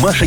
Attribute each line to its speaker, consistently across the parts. Speaker 1: Маша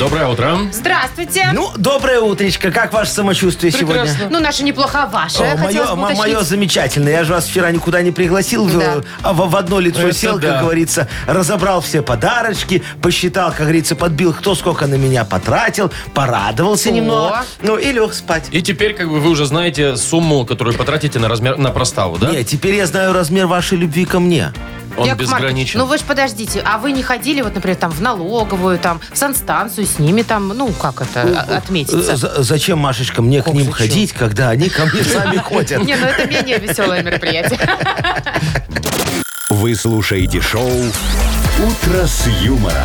Speaker 2: Доброе утро.
Speaker 3: Здравствуйте. Ну,
Speaker 4: Ну, доброе утречко. Как ваше самочувствие сегодня?
Speaker 3: наше неплохо, а ваше?
Speaker 4: О,
Speaker 3: хотелось бы
Speaker 4: мое,
Speaker 3: уточнить.
Speaker 4: мое замечательно. Я же вас вчера никуда не пригласил, в-
Speaker 3: Да.
Speaker 4: а в, в одно лицо
Speaker 2: Это
Speaker 4: сел,
Speaker 2: да.
Speaker 4: как говорится, разобрал все подарочки, посчитал, как говорится, подбил, кто сколько на меня потратил, порадовался
Speaker 3: О.
Speaker 4: немного. Ну и лег спать.
Speaker 2: И теперь, как бы, вы уже знаете сумму, которую потратите на размер, на проставу, да?
Speaker 4: Не, теперь я знаю размер вашей любви ко мне.
Speaker 2: Он
Speaker 3: Яков Маркович,
Speaker 2: безграничен.
Speaker 3: ну вы же подождите, а вы не ходили, вот, например, там в налоговую, там, в санстанцию с ними там, ну, как это, а-
Speaker 4: Э,
Speaker 3: отметиться?
Speaker 4: за- Зачем, Машечка, мне к
Speaker 3: Как
Speaker 4: ним
Speaker 3: зачем?
Speaker 4: ходить, когда они ко мне сами ходят?
Speaker 3: Не, ну это менее веселое мероприятие.
Speaker 1: Вы слушаете шоу «Утро с юмором»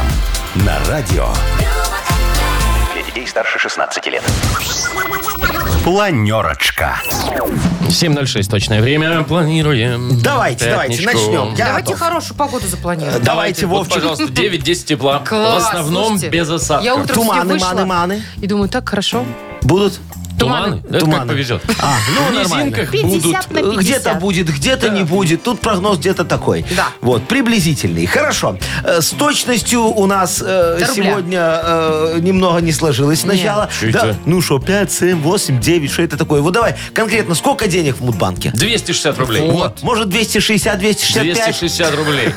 Speaker 1: на радио. Для детей старше 16 лет. Планерочка.
Speaker 2: 7.06 точное время. Планируем.
Speaker 4: Давайте, давайте,
Speaker 2: пятничку.
Speaker 4: начнем. Я
Speaker 3: Давайте
Speaker 4: готов.
Speaker 3: хорошую погоду запланируем.
Speaker 4: Давайте,
Speaker 2: вот,
Speaker 4: Вовчик.
Speaker 2: пожалуйста, 9-10 тепла.
Speaker 3: Класс,
Speaker 2: В основном
Speaker 3: слушайте.
Speaker 2: без осадков.
Speaker 3: Я утром
Speaker 4: Туманы,
Speaker 3: вышла
Speaker 4: маны, маны.
Speaker 3: и думаю, так хорошо.
Speaker 4: Будут?
Speaker 2: Туманы? Это как
Speaker 4: Туманы.
Speaker 2: повезет.
Speaker 4: А,
Speaker 2: В
Speaker 4: ну нормально.
Speaker 2: низинках
Speaker 3: 50
Speaker 2: будут...
Speaker 3: на 50.
Speaker 4: Э, Где-то будет, где-то не будет. Тут прогноз где-то такой.
Speaker 3: Да.
Speaker 4: Вот, приблизительный. Хорошо. Э, С точностью у нас э,
Speaker 3: До рубля.
Speaker 4: сегодня э, немного не сложилось сначала.
Speaker 2: Чё это?
Speaker 4: Ну что, 5, 7, 8, 9, что это такое? Вот давай, конкретно, сколько денег в Мудбанке?
Speaker 2: 260 рублей.
Speaker 4: Вот. Может, 260, 265?
Speaker 2: 260 рублей.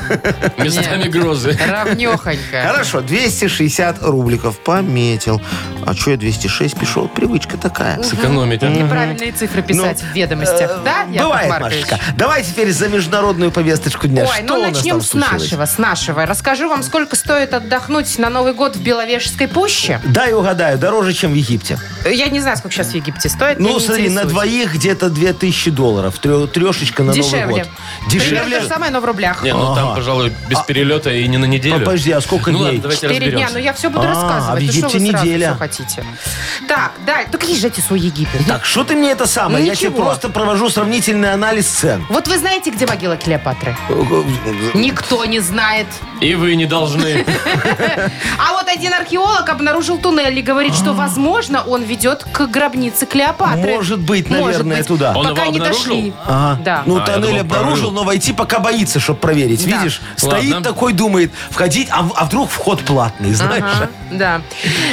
Speaker 2: Местами грозы.
Speaker 3: Равнехонько.
Speaker 4: Хорошо, 260 рубликов. Пометил. А что я 206 пишу? Вот Привычка такая.
Speaker 2: Сэкономить, а?
Speaker 3: Правильные цифры писать
Speaker 4: Ну,
Speaker 3: в ведомостях,
Speaker 4: Э,
Speaker 3: да, Яков
Speaker 4: Бывает,
Speaker 3: Маркович?
Speaker 4: Машечка. Давай теперь за международную повесточку дня.
Speaker 3: Ой,
Speaker 4: Э, Что у
Speaker 3: ну
Speaker 4: нас
Speaker 3: начнем
Speaker 4: там
Speaker 3: с
Speaker 4: случилось?
Speaker 3: нашего, с нашего. Расскажу вам, сколько стоит отдохнуть на Новый год в Беловежской пуще.
Speaker 4: Дай угадаю, дороже, чем в Египте.
Speaker 3: Э, Я не знаю, сколько сейчас в Египте стоит. я
Speaker 4: Ну,
Speaker 3: не
Speaker 4: смотри, на
Speaker 3: интересуюсь.
Speaker 4: двоих где-то 2000 долларов. Трё- Трешечка на Новый
Speaker 3: Дешевле.
Speaker 4: год.
Speaker 3: Примерно то же самое, но в рублях.
Speaker 2: Не, ну там, пожалуй, без перелета и не на неделю.
Speaker 4: А Подожди, а сколько
Speaker 2: Ну
Speaker 4: дней?
Speaker 2: ладно, давайте
Speaker 3: Четыре дня,
Speaker 2: разберемся.
Speaker 3: но я все буду
Speaker 4: А,
Speaker 3: рассказывать. Ну, что
Speaker 4: а в
Speaker 3: вы
Speaker 4: Египте
Speaker 3: сразу
Speaker 4: неделя.
Speaker 3: всё хотите. Так, да, только езжайте в свой Египет.
Speaker 4: Так, что ты мне это самое?
Speaker 3: Ну,
Speaker 4: Я тебе
Speaker 3: ничего.
Speaker 4: просто провожу сравнительный анализ цен.
Speaker 3: Вот вы знаете, где могила Клеопатры?
Speaker 4: Э,
Speaker 3: Никто не знает.
Speaker 2: И вы не должны.
Speaker 3: А вот один археолог обнаружил туннель и говорит,
Speaker 4: А.
Speaker 3: что, возможно, он ведет к гробнице Клеопатры.
Speaker 4: Может быть,
Speaker 3: Может
Speaker 4: наверное,
Speaker 3: быть.
Speaker 4: туда.
Speaker 2: Он
Speaker 3: Пока
Speaker 2: его
Speaker 3: не
Speaker 2: обнаружил?
Speaker 3: дошли.
Speaker 4: Ага.
Speaker 3: Да.
Speaker 4: Ну,
Speaker 2: А, я
Speaker 4: тоннель
Speaker 2: думал,
Speaker 4: обнаружил,
Speaker 2: прорыл.
Speaker 4: но войти пока боится, чтобы проверить.
Speaker 3: Да.
Speaker 4: Видишь?
Speaker 2: Ладно.
Speaker 4: Стоит такой, думает, входить, а, в- а вдруг вход платный, знаешь?
Speaker 3: Ага, да.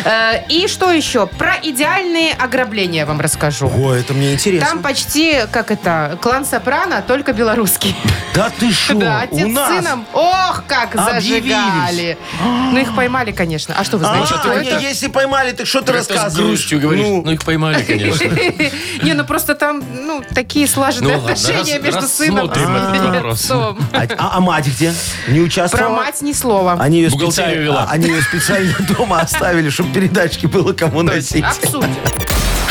Speaker 3: Э, И что еще? Про идеальные ограбления вам расскажу.
Speaker 4: О, это мне интересно.
Speaker 3: Там почти, как это, клан Сопрано, только белорусский.
Speaker 4: Да ты что?
Speaker 3: Да, отец
Speaker 4: у нас...
Speaker 3: с сыном. Ох, как
Speaker 4: Объявились.
Speaker 3: зажигали. Ну, их поймали, конечно. А что вы знаете,
Speaker 4: А,
Speaker 3: кто
Speaker 4: не,
Speaker 3: это?
Speaker 4: если поймали, так что ты
Speaker 2: Просто с
Speaker 4: рассказываешь?
Speaker 2: грустью говоришь.
Speaker 4: Ну,
Speaker 2: Ну их поймали, конечно.
Speaker 3: Не, ну просто там, ну, такие
Speaker 2: Ну
Speaker 3: слаженные
Speaker 2: ладно,
Speaker 3: отношения
Speaker 2: рас-
Speaker 3: между сыном
Speaker 2: рассмотрим этот
Speaker 3: и
Speaker 2: вопрос.
Speaker 3: отцом.
Speaker 4: А, а- а мать где? Не
Speaker 3: Про
Speaker 4: участвовала?
Speaker 3: мать ни слова.
Speaker 4: Они ее,
Speaker 2: Бухгалтерию
Speaker 4: специально,
Speaker 2: вела.
Speaker 4: а, они ее специально дома оставили, чтобы передачки было кому носить.
Speaker 2: А
Speaker 3: Обсудим.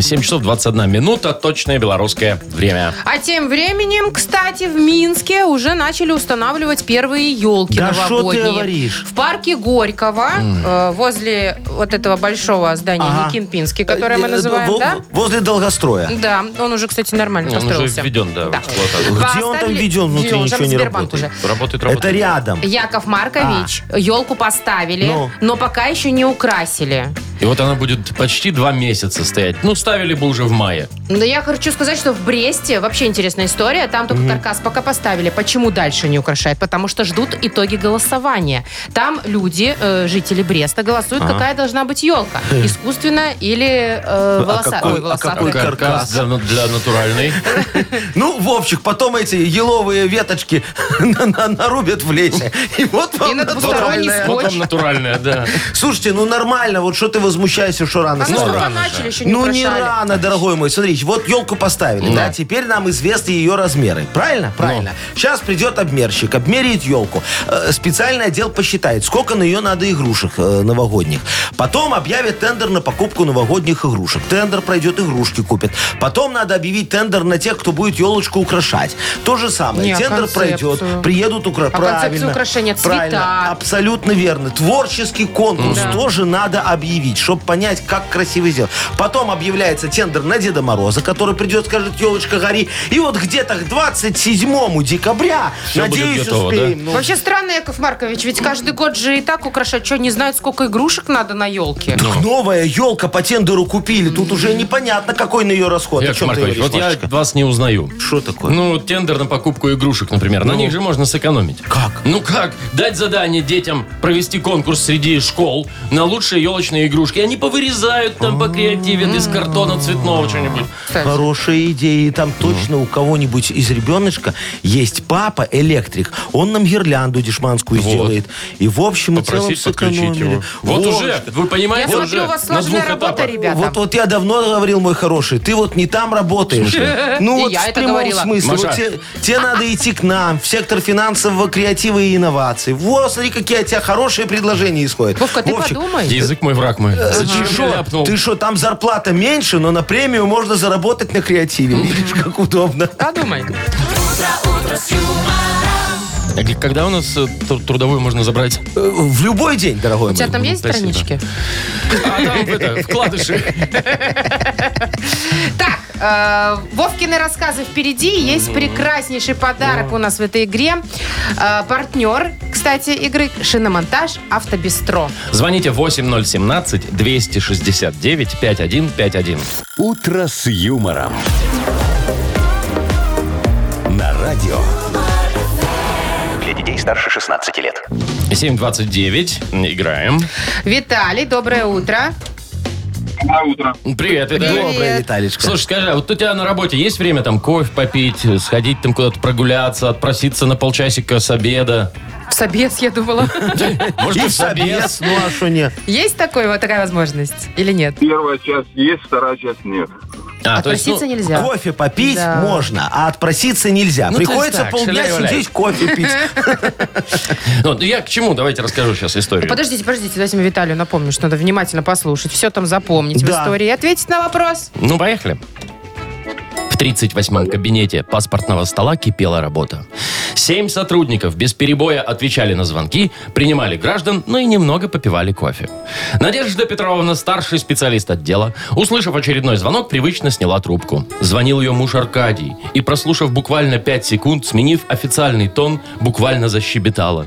Speaker 2: 7 часов 21 минута, точное белорусское время.
Speaker 3: А тем временем, кстати, в Минске уже начали устанавливать первые елки
Speaker 4: Да
Speaker 3: новогодние.
Speaker 4: что ты говоришь?
Speaker 3: В парке Горького, э, возле вот этого большого здания
Speaker 4: Ага.
Speaker 3: Никимпински, которое мы
Speaker 4: Э, э,
Speaker 3: называем,
Speaker 4: во-
Speaker 3: да?
Speaker 4: Возле долгостроя.
Speaker 3: Да, он уже, кстати, нормально
Speaker 2: Он уже
Speaker 3: построился.
Speaker 2: введен, да, в эксплуатацию.
Speaker 4: Где он там
Speaker 3: Поставили-
Speaker 4: введен? Внутри
Speaker 3: Где он?
Speaker 4: ничего
Speaker 3: Там
Speaker 4: не
Speaker 3: Сбербанк
Speaker 4: работает.
Speaker 2: Работает,
Speaker 4: Это
Speaker 2: работает.
Speaker 4: рядом.
Speaker 3: уже. Яков Маркович, елку поставили,
Speaker 4: А. Ну.
Speaker 3: но пока еще не украсили.
Speaker 2: И вот она будет почти два месяца стоять. Ну, ставили бы уже в мае.
Speaker 3: Но я хочу сказать, что в Бресте вообще интересная история. Там только каркас пока поставили. Почему дальше не украшают? Потому что ждут итоги голосования. Там люди, э, жители Бреста, голосуют, какая должна быть елка. Искусственная или э, волоса-
Speaker 4: какой-
Speaker 3: ой,
Speaker 4: а
Speaker 3: волосатая.
Speaker 4: какой кар-
Speaker 2: Каркас
Speaker 4: Каркас.
Speaker 2: для, для натуральной.
Speaker 4: Ну, Вовчик, потом эти еловые веточки на- на- нарубят в лесе. И вот вам
Speaker 3: И на двусторонний
Speaker 4: натуральное.
Speaker 3: скотч.
Speaker 2: Вот вам натуральная, да.
Speaker 4: Слушайте, ну нормально, вот что ты возмущаешься, что рано
Speaker 3: А ну
Speaker 4: стало?
Speaker 3: только
Speaker 2: рано же.
Speaker 3: начали, еще не
Speaker 4: Ну не
Speaker 3: украшали.
Speaker 4: рано, дорогой мой. Смотри, вот елку поставили, да. Теперь нам известны ее размеры. Правильно? Правильно. Сейчас придет обмерщик, обмеряет елку. Специальный отдел посчитает, сколько на ее надо игрушек э, новогодних. Потом объявят тендер на покупку новогодних игрушек. Тендер пройдет, игрушки купят. Потом надо объявить тендер на тех, кто будет елочку украшать. То же самое.
Speaker 3: Не, а
Speaker 4: тендер
Speaker 3: концепцию?
Speaker 4: пройдет, приедут укра...
Speaker 3: А
Speaker 4: Правильно.
Speaker 3: концепцию украшения цвета?
Speaker 4: Правильно. А Абсолютно верно. Творческий конкурс тоже надо объявить, чтобы понять, как красиво сделать. Потом объявляется тендер на Деда Мороза, который придет, скажет, елочка, гори. И вот где-то к 27 декабря,
Speaker 2: Всё будет
Speaker 4: надеюсь,
Speaker 2: готово,
Speaker 4: успеем. Ну,
Speaker 3: Вообще странно, Яков Маркович, ведь каждый год же и так украшать. Что, не знают, сколько игрушек надо на елке?
Speaker 4: Так
Speaker 2: Ну.
Speaker 4: новая елка по тендеру купили. Тут уже непонятно, какой на ее расход. о
Speaker 2: Яков
Speaker 4: чем
Speaker 2: Маркович,
Speaker 4: ты говоришь,
Speaker 2: вот я
Speaker 4: Машечка?
Speaker 2: вас не узнаю.
Speaker 4: Что такое? Ну.
Speaker 2: Ну, вот тендер на покупку игрушек, например. На них же можно сэкономить.
Speaker 4: Как?
Speaker 2: Ну как? Дать задание детям провести конкурс среди школ на лучшие елочные игрушки. И Они повырезают там по креативе из картона цветного что-нибудь.
Speaker 3: Кстати.
Speaker 4: Хорошая идея. И там точно у кого-нибудь из ребеночка есть папа электрик. Он нам гирлянду дешманскую
Speaker 2: Вот.
Speaker 4: сделает. И в
Speaker 3: Ну,
Speaker 4: общем и целом
Speaker 2: Попросить подключить
Speaker 4: сэкономили.
Speaker 2: его. Вот уже,
Speaker 4: Вовочка,
Speaker 2: вы
Speaker 3: Я
Speaker 2: понимаете, уже
Speaker 3: смотрю, у вас
Speaker 2: на
Speaker 3: сложная
Speaker 2: двух
Speaker 3: работа,
Speaker 2: этапах.
Speaker 3: ребята.
Speaker 4: Вот, вот я давно говорил, мой хороший, ты вот не там работаешь. Ну
Speaker 3: И
Speaker 4: вот
Speaker 3: я
Speaker 4: в
Speaker 3: это
Speaker 4: прямом
Speaker 3: говорила.
Speaker 4: смысле.
Speaker 2: Маша.
Speaker 4: Вот те- тебе, надо идти к нам, в сектор финансового креатива и инноваций. Вот, смотри, какие от тебя хорошие предложения исходят.
Speaker 3: Вовка, ты
Speaker 4: Вовчик,
Speaker 3: подумай.
Speaker 2: Язык мой, враг мой.
Speaker 3: Э,
Speaker 2: Зачем
Speaker 4: Ты
Speaker 2: я
Speaker 4: что,
Speaker 2: ляпнул?
Speaker 4: ты шо, там зарплата меньше, но на премию можно заработать на креативе. Видишь, как удобно.
Speaker 3: Подумай.
Speaker 2: Э, Когда у нас э, тру- трудовую можно забрать?
Speaker 4: Э, В любой день, дорогой
Speaker 3: У тебя
Speaker 4: мой.
Speaker 3: там есть
Speaker 2: Спасибо.
Speaker 3: странички?
Speaker 2: А там это, вкладыши.
Speaker 3: Так, э, Вовкины рассказы впереди. Есть прекраснейший
Speaker 2: Ну.
Speaker 3: подарок у нас в этой игре. Э, партнер, кстати, игры «Шиномонтаж Автобестро».
Speaker 2: Звоните 8017-269-5151.
Speaker 1: «Утро с юмором». На радио. Для детей старше 16 лет.
Speaker 2: 7.29. Играем.
Speaker 3: Виталий, доброе утро.
Speaker 2: Привет, Виталий.
Speaker 4: Доброе,
Speaker 3: Привет.
Speaker 4: Виталичка.
Speaker 2: Слушай, скажи, а вот у тебя на работе есть время там кофе попить, э, сходить там куда-то прогуляться, отпроситься на полчасика с обеда?
Speaker 3: В собес, я думала.
Speaker 2: Может,
Speaker 4: и
Speaker 2: быть, с обеда?
Speaker 4: собес, ну а что нет?
Speaker 3: Есть такой, вот такая возможность или нет?
Speaker 5: Первая часть есть, вторая часть нет.
Speaker 2: А, то есть, ну,
Speaker 3: Отпроситься нельзя.
Speaker 4: Кофе попить
Speaker 3: Да.
Speaker 4: можно, а отпроситься нельзя.
Speaker 2: Ну, то есть
Speaker 4: Приходится
Speaker 2: так,
Speaker 4: полдня
Speaker 2: шаляй-валяй.
Speaker 4: сидеть кофе
Speaker 3: А
Speaker 4: пить.
Speaker 2: ну, я к чему? Давайте расскажу сейчас историю.
Speaker 3: Подождите, подождите, дайте мне Виталию напомню, что надо внимательно послушать, все там запомнить в
Speaker 4: Да.
Speaker 3: истории и ответить на вопрос.
Speaker 2: Ну, поехали. В 38-м кабинете паспортного стола кипела работа. Семь сотрудников без перебоя отвечали на звонки, принимали граждан, ну и немного попивали кофе. Надежда Петровна, старший специалист отдела, услышав очередной звонок, привычно сняла трубку. Звонил ее муж Аркадий и, прослушав буквально 5 секунд, сменив официальный тон, буквально защебетала.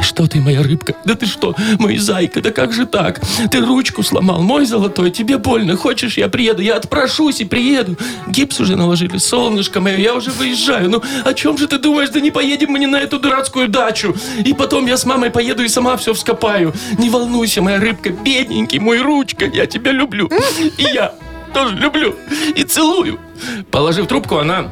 Speaker 2: Что ты, моя рыбка? Да ты что, мой зайка, да как же так? Ты ручку сломал, мой золотой, тебе больно. Хочешь, я приеду? Я отпрошусь и приеду. Гипс уже наложили, солнышко мое, я уже выезжаю. Ну, о чем же ты думаешь? Да не поедем мы не на эту дурацкую дачу. И потом я с мамой поеду и сама все вскопаю. Не волнуйся, моя рыбка, бедненький мой ручка, я тебя люблю. И я тоже люблю. И целую. Положив трубку, она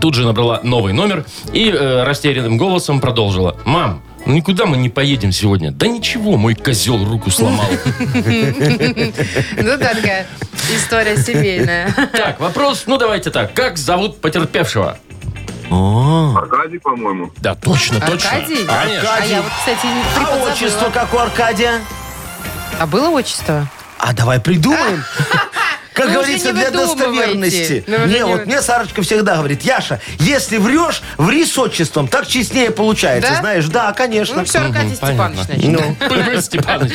Speaker 2: Тут же набрала новый номер и э, растерянным голосом продолжила. «Мам, ну никуда мы не поедем сегодня». «Да ничего, мой козел руку сломал».
Speaker 3: Ну да, такая история семейная.
Speaker 2: Так, вопрос, ну давайте так. Как зовут потерпевшего?
Speaker 4: А.
Speaker 5: Аркадий, по-моему.
Speaker 2: Да, точно, точно.
Speaker 3: Аркадий?
Speaker 2: Конечно.
Speaker 3: А я вот, кстати,
Speaker 4: А
Speaker 3: приподзабыла.
Speaker 4: отчество как у Аркадия?
Speaker 3: А было отчество?
Speaker 4: А давай придумаем. Как
Speaker 3: Ну,
Speaker 4: говорится,
Speaker 3: уже не
Speaker 4: для
Speaker 3: выдумывайте.
Speaker 4: достоверности.
Speaker 3: Ну, уже
Speaker 4: не,
Speaker 3: не
Speaker 4: вот
Speaker 3: вы-
Speaker 4: мне Сарочка всегда говорит, Яша, если врешь, ври с отчеством, так честнее получается,
Speaker 3: Да?
Speaker 4: знаешь. Да, конечно.
Speaker 3: Ну все, Аркадий Степанович,
Speaker 2: понятно.
Speaker 3: значит.
Speaker 4: Ну,
Speaker 2: Пыль Степанович.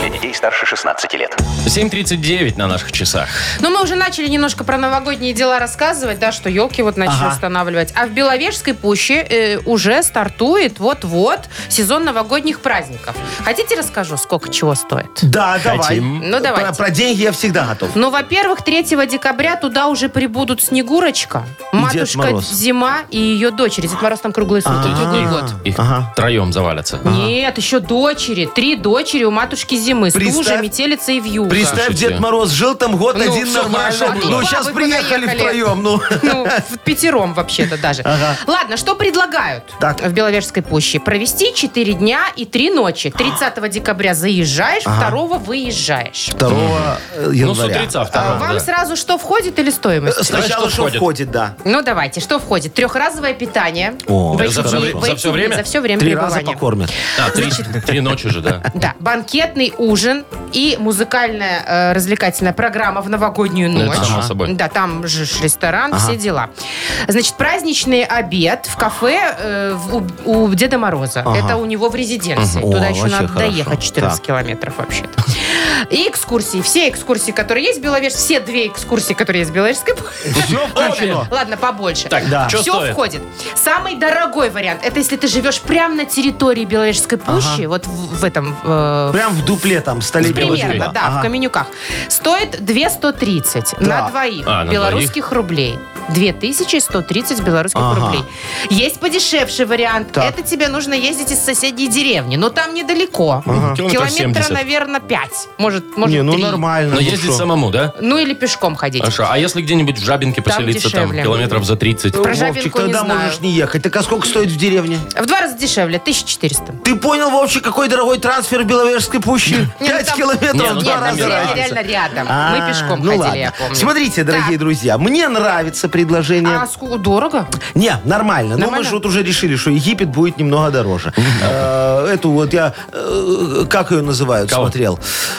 Speaker 1: Для детей старше 16 лет.
Speaker 2: 7.39 на наших часах.
Speaker 3: Ну, мы уже начали немножко про новогодние дела рассказывать, да, что елки вот начали
Speaker 4: Ага.
Speaker 3: устанавливать. А в Беловежской пуще э, уже стартует вот-вот сезон новогодних праздников. Хотите, расскажу, сколько чего стоит?
Speaker 4: да, давай.
Speaker 2: Хотим.
Speaker 3: Ну, давайте.
Speaker 4: Про, про деньги я всегда готов.
Speaker 3: Ну, во-первых, 3 декабря туда уже прибудут Снегурочка,
Speaker 4: Дед
Speaker 3: матушка
Speaker 4: Мороз.
Speaker 3: Зима и ее дочери. Дед Мороз там круглые сутки,
Speaker 4: А-а-а.
Speaker 3: круглый А. год.
Speaker 2: Их
Speaker 4: Ага.
Speaker 2: троем завалятся.
Speaker 3: Нет, еще дочери. Три дочери у матушки Зимы. лужи,
Speaker 4: Представь-
Speaker 3: метелица и вьюга.
Speaker 4: Представь,
Speaker 2: Слушайте.
Speaker 4: Дед Мороз жил там год
Speaker 2: Ну,
Speaker 4: один
Speaker 2: всё хорошо
Speaker 4: нормально.
Speaker 2: было.
Speaker 4: Ну,
Speaker 3: А
Speaker 4: сейчас
Speaker 3: вы
Speaker 4: приехали
Speaker 3: понаехали.
Speaker 4: втроем, ну.
Speaker 3: Ну, в пятером вообще-то даже. Ладно, что предлагают
Speaker 4: Так.
Speaker 3: в Беловежской пуще? Провести 4 дня и 3 ночи. 30 декабря заезжаешь, 2 выезжаешь.
Speaker 4: 2 э, января. Э,
Speaker 2: Ну, с утреца
Speaker 3: А
Speaker 2: второго,
Speaker 3: Вам
Speaker 2: да.
Speaker 3: сразу что входит или стоимость?
Speaker 2: что
Speaker 4: Сначала что
Speaker 2: входит?
Speaker 4: входит, да.
Speaker 3: Ну, давайте, что входит? Трехразовое питание.
Speaker 4: О,
Speaker 3: В эти
Speaker 2: за
Speaker 3: дни-
Speaker 2: всё-
Speaker 3: в
Speaker 2: за
Speaker 3: эти
Speaker 2: всё
Speaker 3: дни,
Speaker 2: время?
Speaker 3: За все время
Speaker 4: Три раза
Speaker 3: пребывания.
Speaker 4: покормят.
Speaker 2: Да, три, три ночи же, да.
Speaker 3: Да, банкетный ужин и музыкальная э, развлекательная программа в новогоднюю
Speaker 2: Ну,
Speaker 3: ночь.
Speaker 2: это само собой.
Speaker 3: Да, там же ж ресторан, все дела. Значит, праздничный обед в кафе э, в- у, у Деда Мороза. Это у него в резиденции.
Speaker 4: Мгм.
Speaker 3: Туда
Speaker 4: О,
Speaker 3: еще
Speaker 4: вообще
Speaker 3: надо
Speaker 4: хорошо.
Speaker 3: доехать 14
Speaker 4: Так.
Speaker 3: километров вообще-то. И экскурсии. Все экскурсии, которые есть в Беловеж, все две экскурсии, которые есть в Беловежской.
Speaker 4: Все включено.
Speaker 3: Ладно, побольше.
Speaker 2: Так,
Speaker 4: Да.
Speaker 2: что
Speaker 3: Все
Speaker 2: стоит?
Speaker 3: А входит. Самый дорогой вариант, это если ты живешь прямо на территории Беловежской пущи, вот в, в этом... э, в-
Speaker 4: Прям в дупле там, столетнего
Speaker 3: примерно,
Speaker 4: дуба.
Speaker 3: да, в
Speaker 4: Ага.
Speaker 3: Каменюках. Стоит 2130 на
Speaker 4: Да.
Speaker 3: двоих
Speaker 2: А, на
Speaker 3: белорусских рублей. 2130 белорусских
Speaker 4: Ага.
Speaker 3: рублей. Есть подешевший вариант.
Speaker 4: Так.
Speaker 3: Это тебе нужно ездить из соседней деревни, но там недалеко.
Speaker 2: Километров
Speaker 3: Километра,
Speaker 2: 70.
Speaker 3: наверное, 5. Может, может
Speaker 4: Не, ну
Speaker 3: 3.
Speaker 4: нормально.
Speaker 2: Но
Speaker 4: ну
Speaker 2: ездить
Speaker 4: шо.
Speaker 2: самому, да?
Speaker 3: Ну или пешком ходить.
Speaker 2: Хорошо. А если где-нибудь в Жабинке
Speaker 3: Там
Speaker 2: поселиться, там,
Speaker 3: дешевле.
Speaker 2: километров за 30?
Speaker 3: Про
Speaker 4: Вовчик,
Speaker 3: Жабинку не
Speaker 4: тогда
Speaker 3: знаю.
Speaker 4: можешь не ехать. Так а сколько стоит в деревне?
Speaker 3: В два раза дешевле, 1400.
Speaker 4: Ты понял, Вовчик, какой дорогой трансфер в Беловежской пуще?
Speaker 3: Не, ну
Speaker 4: Пять
Speaker 3: там-
Speaker 2: Не,
Speaker 4: километров
Speaker 2: ну
Speaker 4: в
Speaker 3: Нет,
Speaker 4: два
Speaker 2: там
Speaker 3: там
Speaker 4: раза
Speaker 2: реально-
Speaker 4: разница.
Speaker 3: реально рядом.
Speaker 4: А,
Speaker 3: Мы пешком
Speaker 4: ну
Speaker 3: ходили,
Speaker 4: ладно.
Speaker 3: я помню.
Speaker 4: Смотрите, дорогие
Speaker 3: Так.
Speaker 4: друзья, мне нравится предложение.
Speaker 3: А ску- дорого?
Speaker 4: Не, нормально. Но мы
Speaker 3: Нормально?
Speaker 4: же вот уже решили, что Египет будет немного дороже. Э, Эту вот я, э, как ее называют,
Speaker 2: Кого?
Speaker 4: смотрел.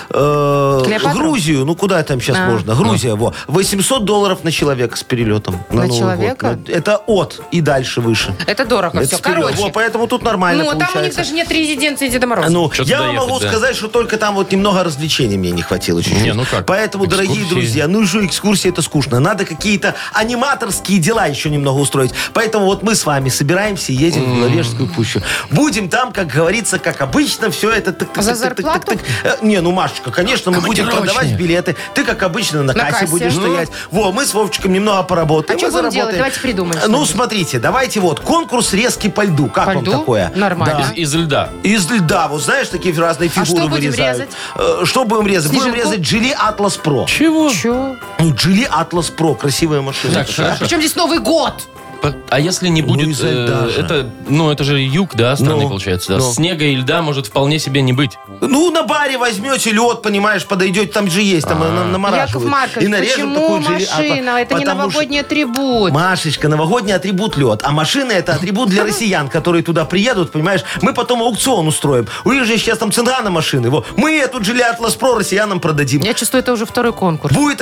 Speaker 4: Э,
Speaker 3: Клеопатру?
Speaker 4: Грузию, ну куда там сейчас
Speaker 3: А.
Speaker 4: можно? Грузия, во. 800 долларов на человека с перелетом.
Speaker 3: На
Speaker 4: Новый год.
Speaker 3: человека?
Speaker 4: Ну, Это от и дальше выше.
Speaker 3: Это дорого
Speaker 4: Это
Speaker 3: все.
Speaker 4: вперед. Во,
Speaker 3: Короче,
Speaker 4: поэтому тут нормально
Speaker 3: ну там у них
Speaker 4: получается.
Speaker 3: даже нет резиденции Деда Мороза.
Speaker 4: Ну,
Speaker 2: Чё-то
Speaker 4: я вам
Speaker 2: доехать,
Speaker 4: могу
Speaker 2: да.
Speaker 4: сказать, что только там вот немного развлечений мне не хватило чуть-чуть.
Speaker 2: Не, ну как,
Speaker 4: Поэтому, дорогие
Speaker 2: экскурсии.
Speaker 4: друзья, ну же экскурсии это скучно. Надо какие-то аниматорские дела еще немного устроить. Поэтому вот мы с вами собираемся и едем в Беловежскую пущу. Будем там, как говорится, как обычно, все это... тык- тык-
Speaker 3: За
Speaker 4: тык- тык- тык-
Speaker 3: зарплату?
Speaker 4: тык. Э, Не, ну, Машечка, конечно, мы будем
Speaker 2: Командировочные.
Speaker 4: продавать билеты. Ты, как обычно, на,
Speaker 3: На
Speaker 4: кассе,
Speaker 3: кассе.
Speaker 4: будешь
Speaker 3: Ну.
Speaker 4: стоять. Во, мы с Вовчиком немного поработаем.
Speaker 3: А что
Speaker 4: мы
Speaker 3: будем делать?
Speaker 4: заработаем.
Speaker 3: Давайте придумаем
Speaker 4: Ну,
Speaker 3: что-нибудь.
Speaker 4: смотрите, давайте вот конкурс резки по льду. Как
Speaker 3: По
Speaker 4: вам
Speaker 3: льду?
Speaker 4: такое?
Speaker 3: Нормально.
Speaker 4: Да.
Speaker 2: Из, из льда.
Speaker 4: Из льда, вот знаешь, такие разные фигуры
Speaker 3: А что будем
Speaker 4: вырезают.
Speaker 3: резать?
Speaker 4: Э, Что будем резать? Будем
Speaker 3: Снежинку?
Speaker 4: резать Джили Атлас Про.
Speaker 2: Чего?
Speaker 3: Чё?
Speaker 4: Ну, Джили Атлас Про, красивая машина.
Speaker 2: Так, хорошо.
Speaker 3: Причем здесь Новый год?
Speaker 2: По- А если не будет...
Speaker 4: из-за
Speaker 2: э,
Speaker 4: Ну, льда же.
Speaker 2: это, ну, это же юг, да, страны,
Speaker 4: Ну,
Speaker 2: получается. да.
Speaker 4: ну.
Speaker 2: Снега и льда может вполне себе не быть.
Speaker 4: Ну, на баре возьмете лед, понимаешь, подойдете, там же есть, там э,
Speaker 2: А.
Speaker 4: на-
Speaker 3: Яков
Speaker 4: намораживают.
Speaker 3: Маркович,
Speaker 4: нарежем
Speaker 3: почему
Speaker 4: такую Geely Atlas.
Speaker 3: машина? Это не
Speaker 4: Потому что-
Speaker 3: новогодний атрибут.
Speaker 4: Машечка, новогодний атрибут лед, а машина это атрибут для россиян, которые туда приедут, понимаешь? Мы потом аукцион устроим. У них же сейчас там цена на машины. Во, мы эту Джили Атлас Про россиянам продадим.
Speaker 3: Я чувствую, это уже второй конкурс.
Speaker 4: Будет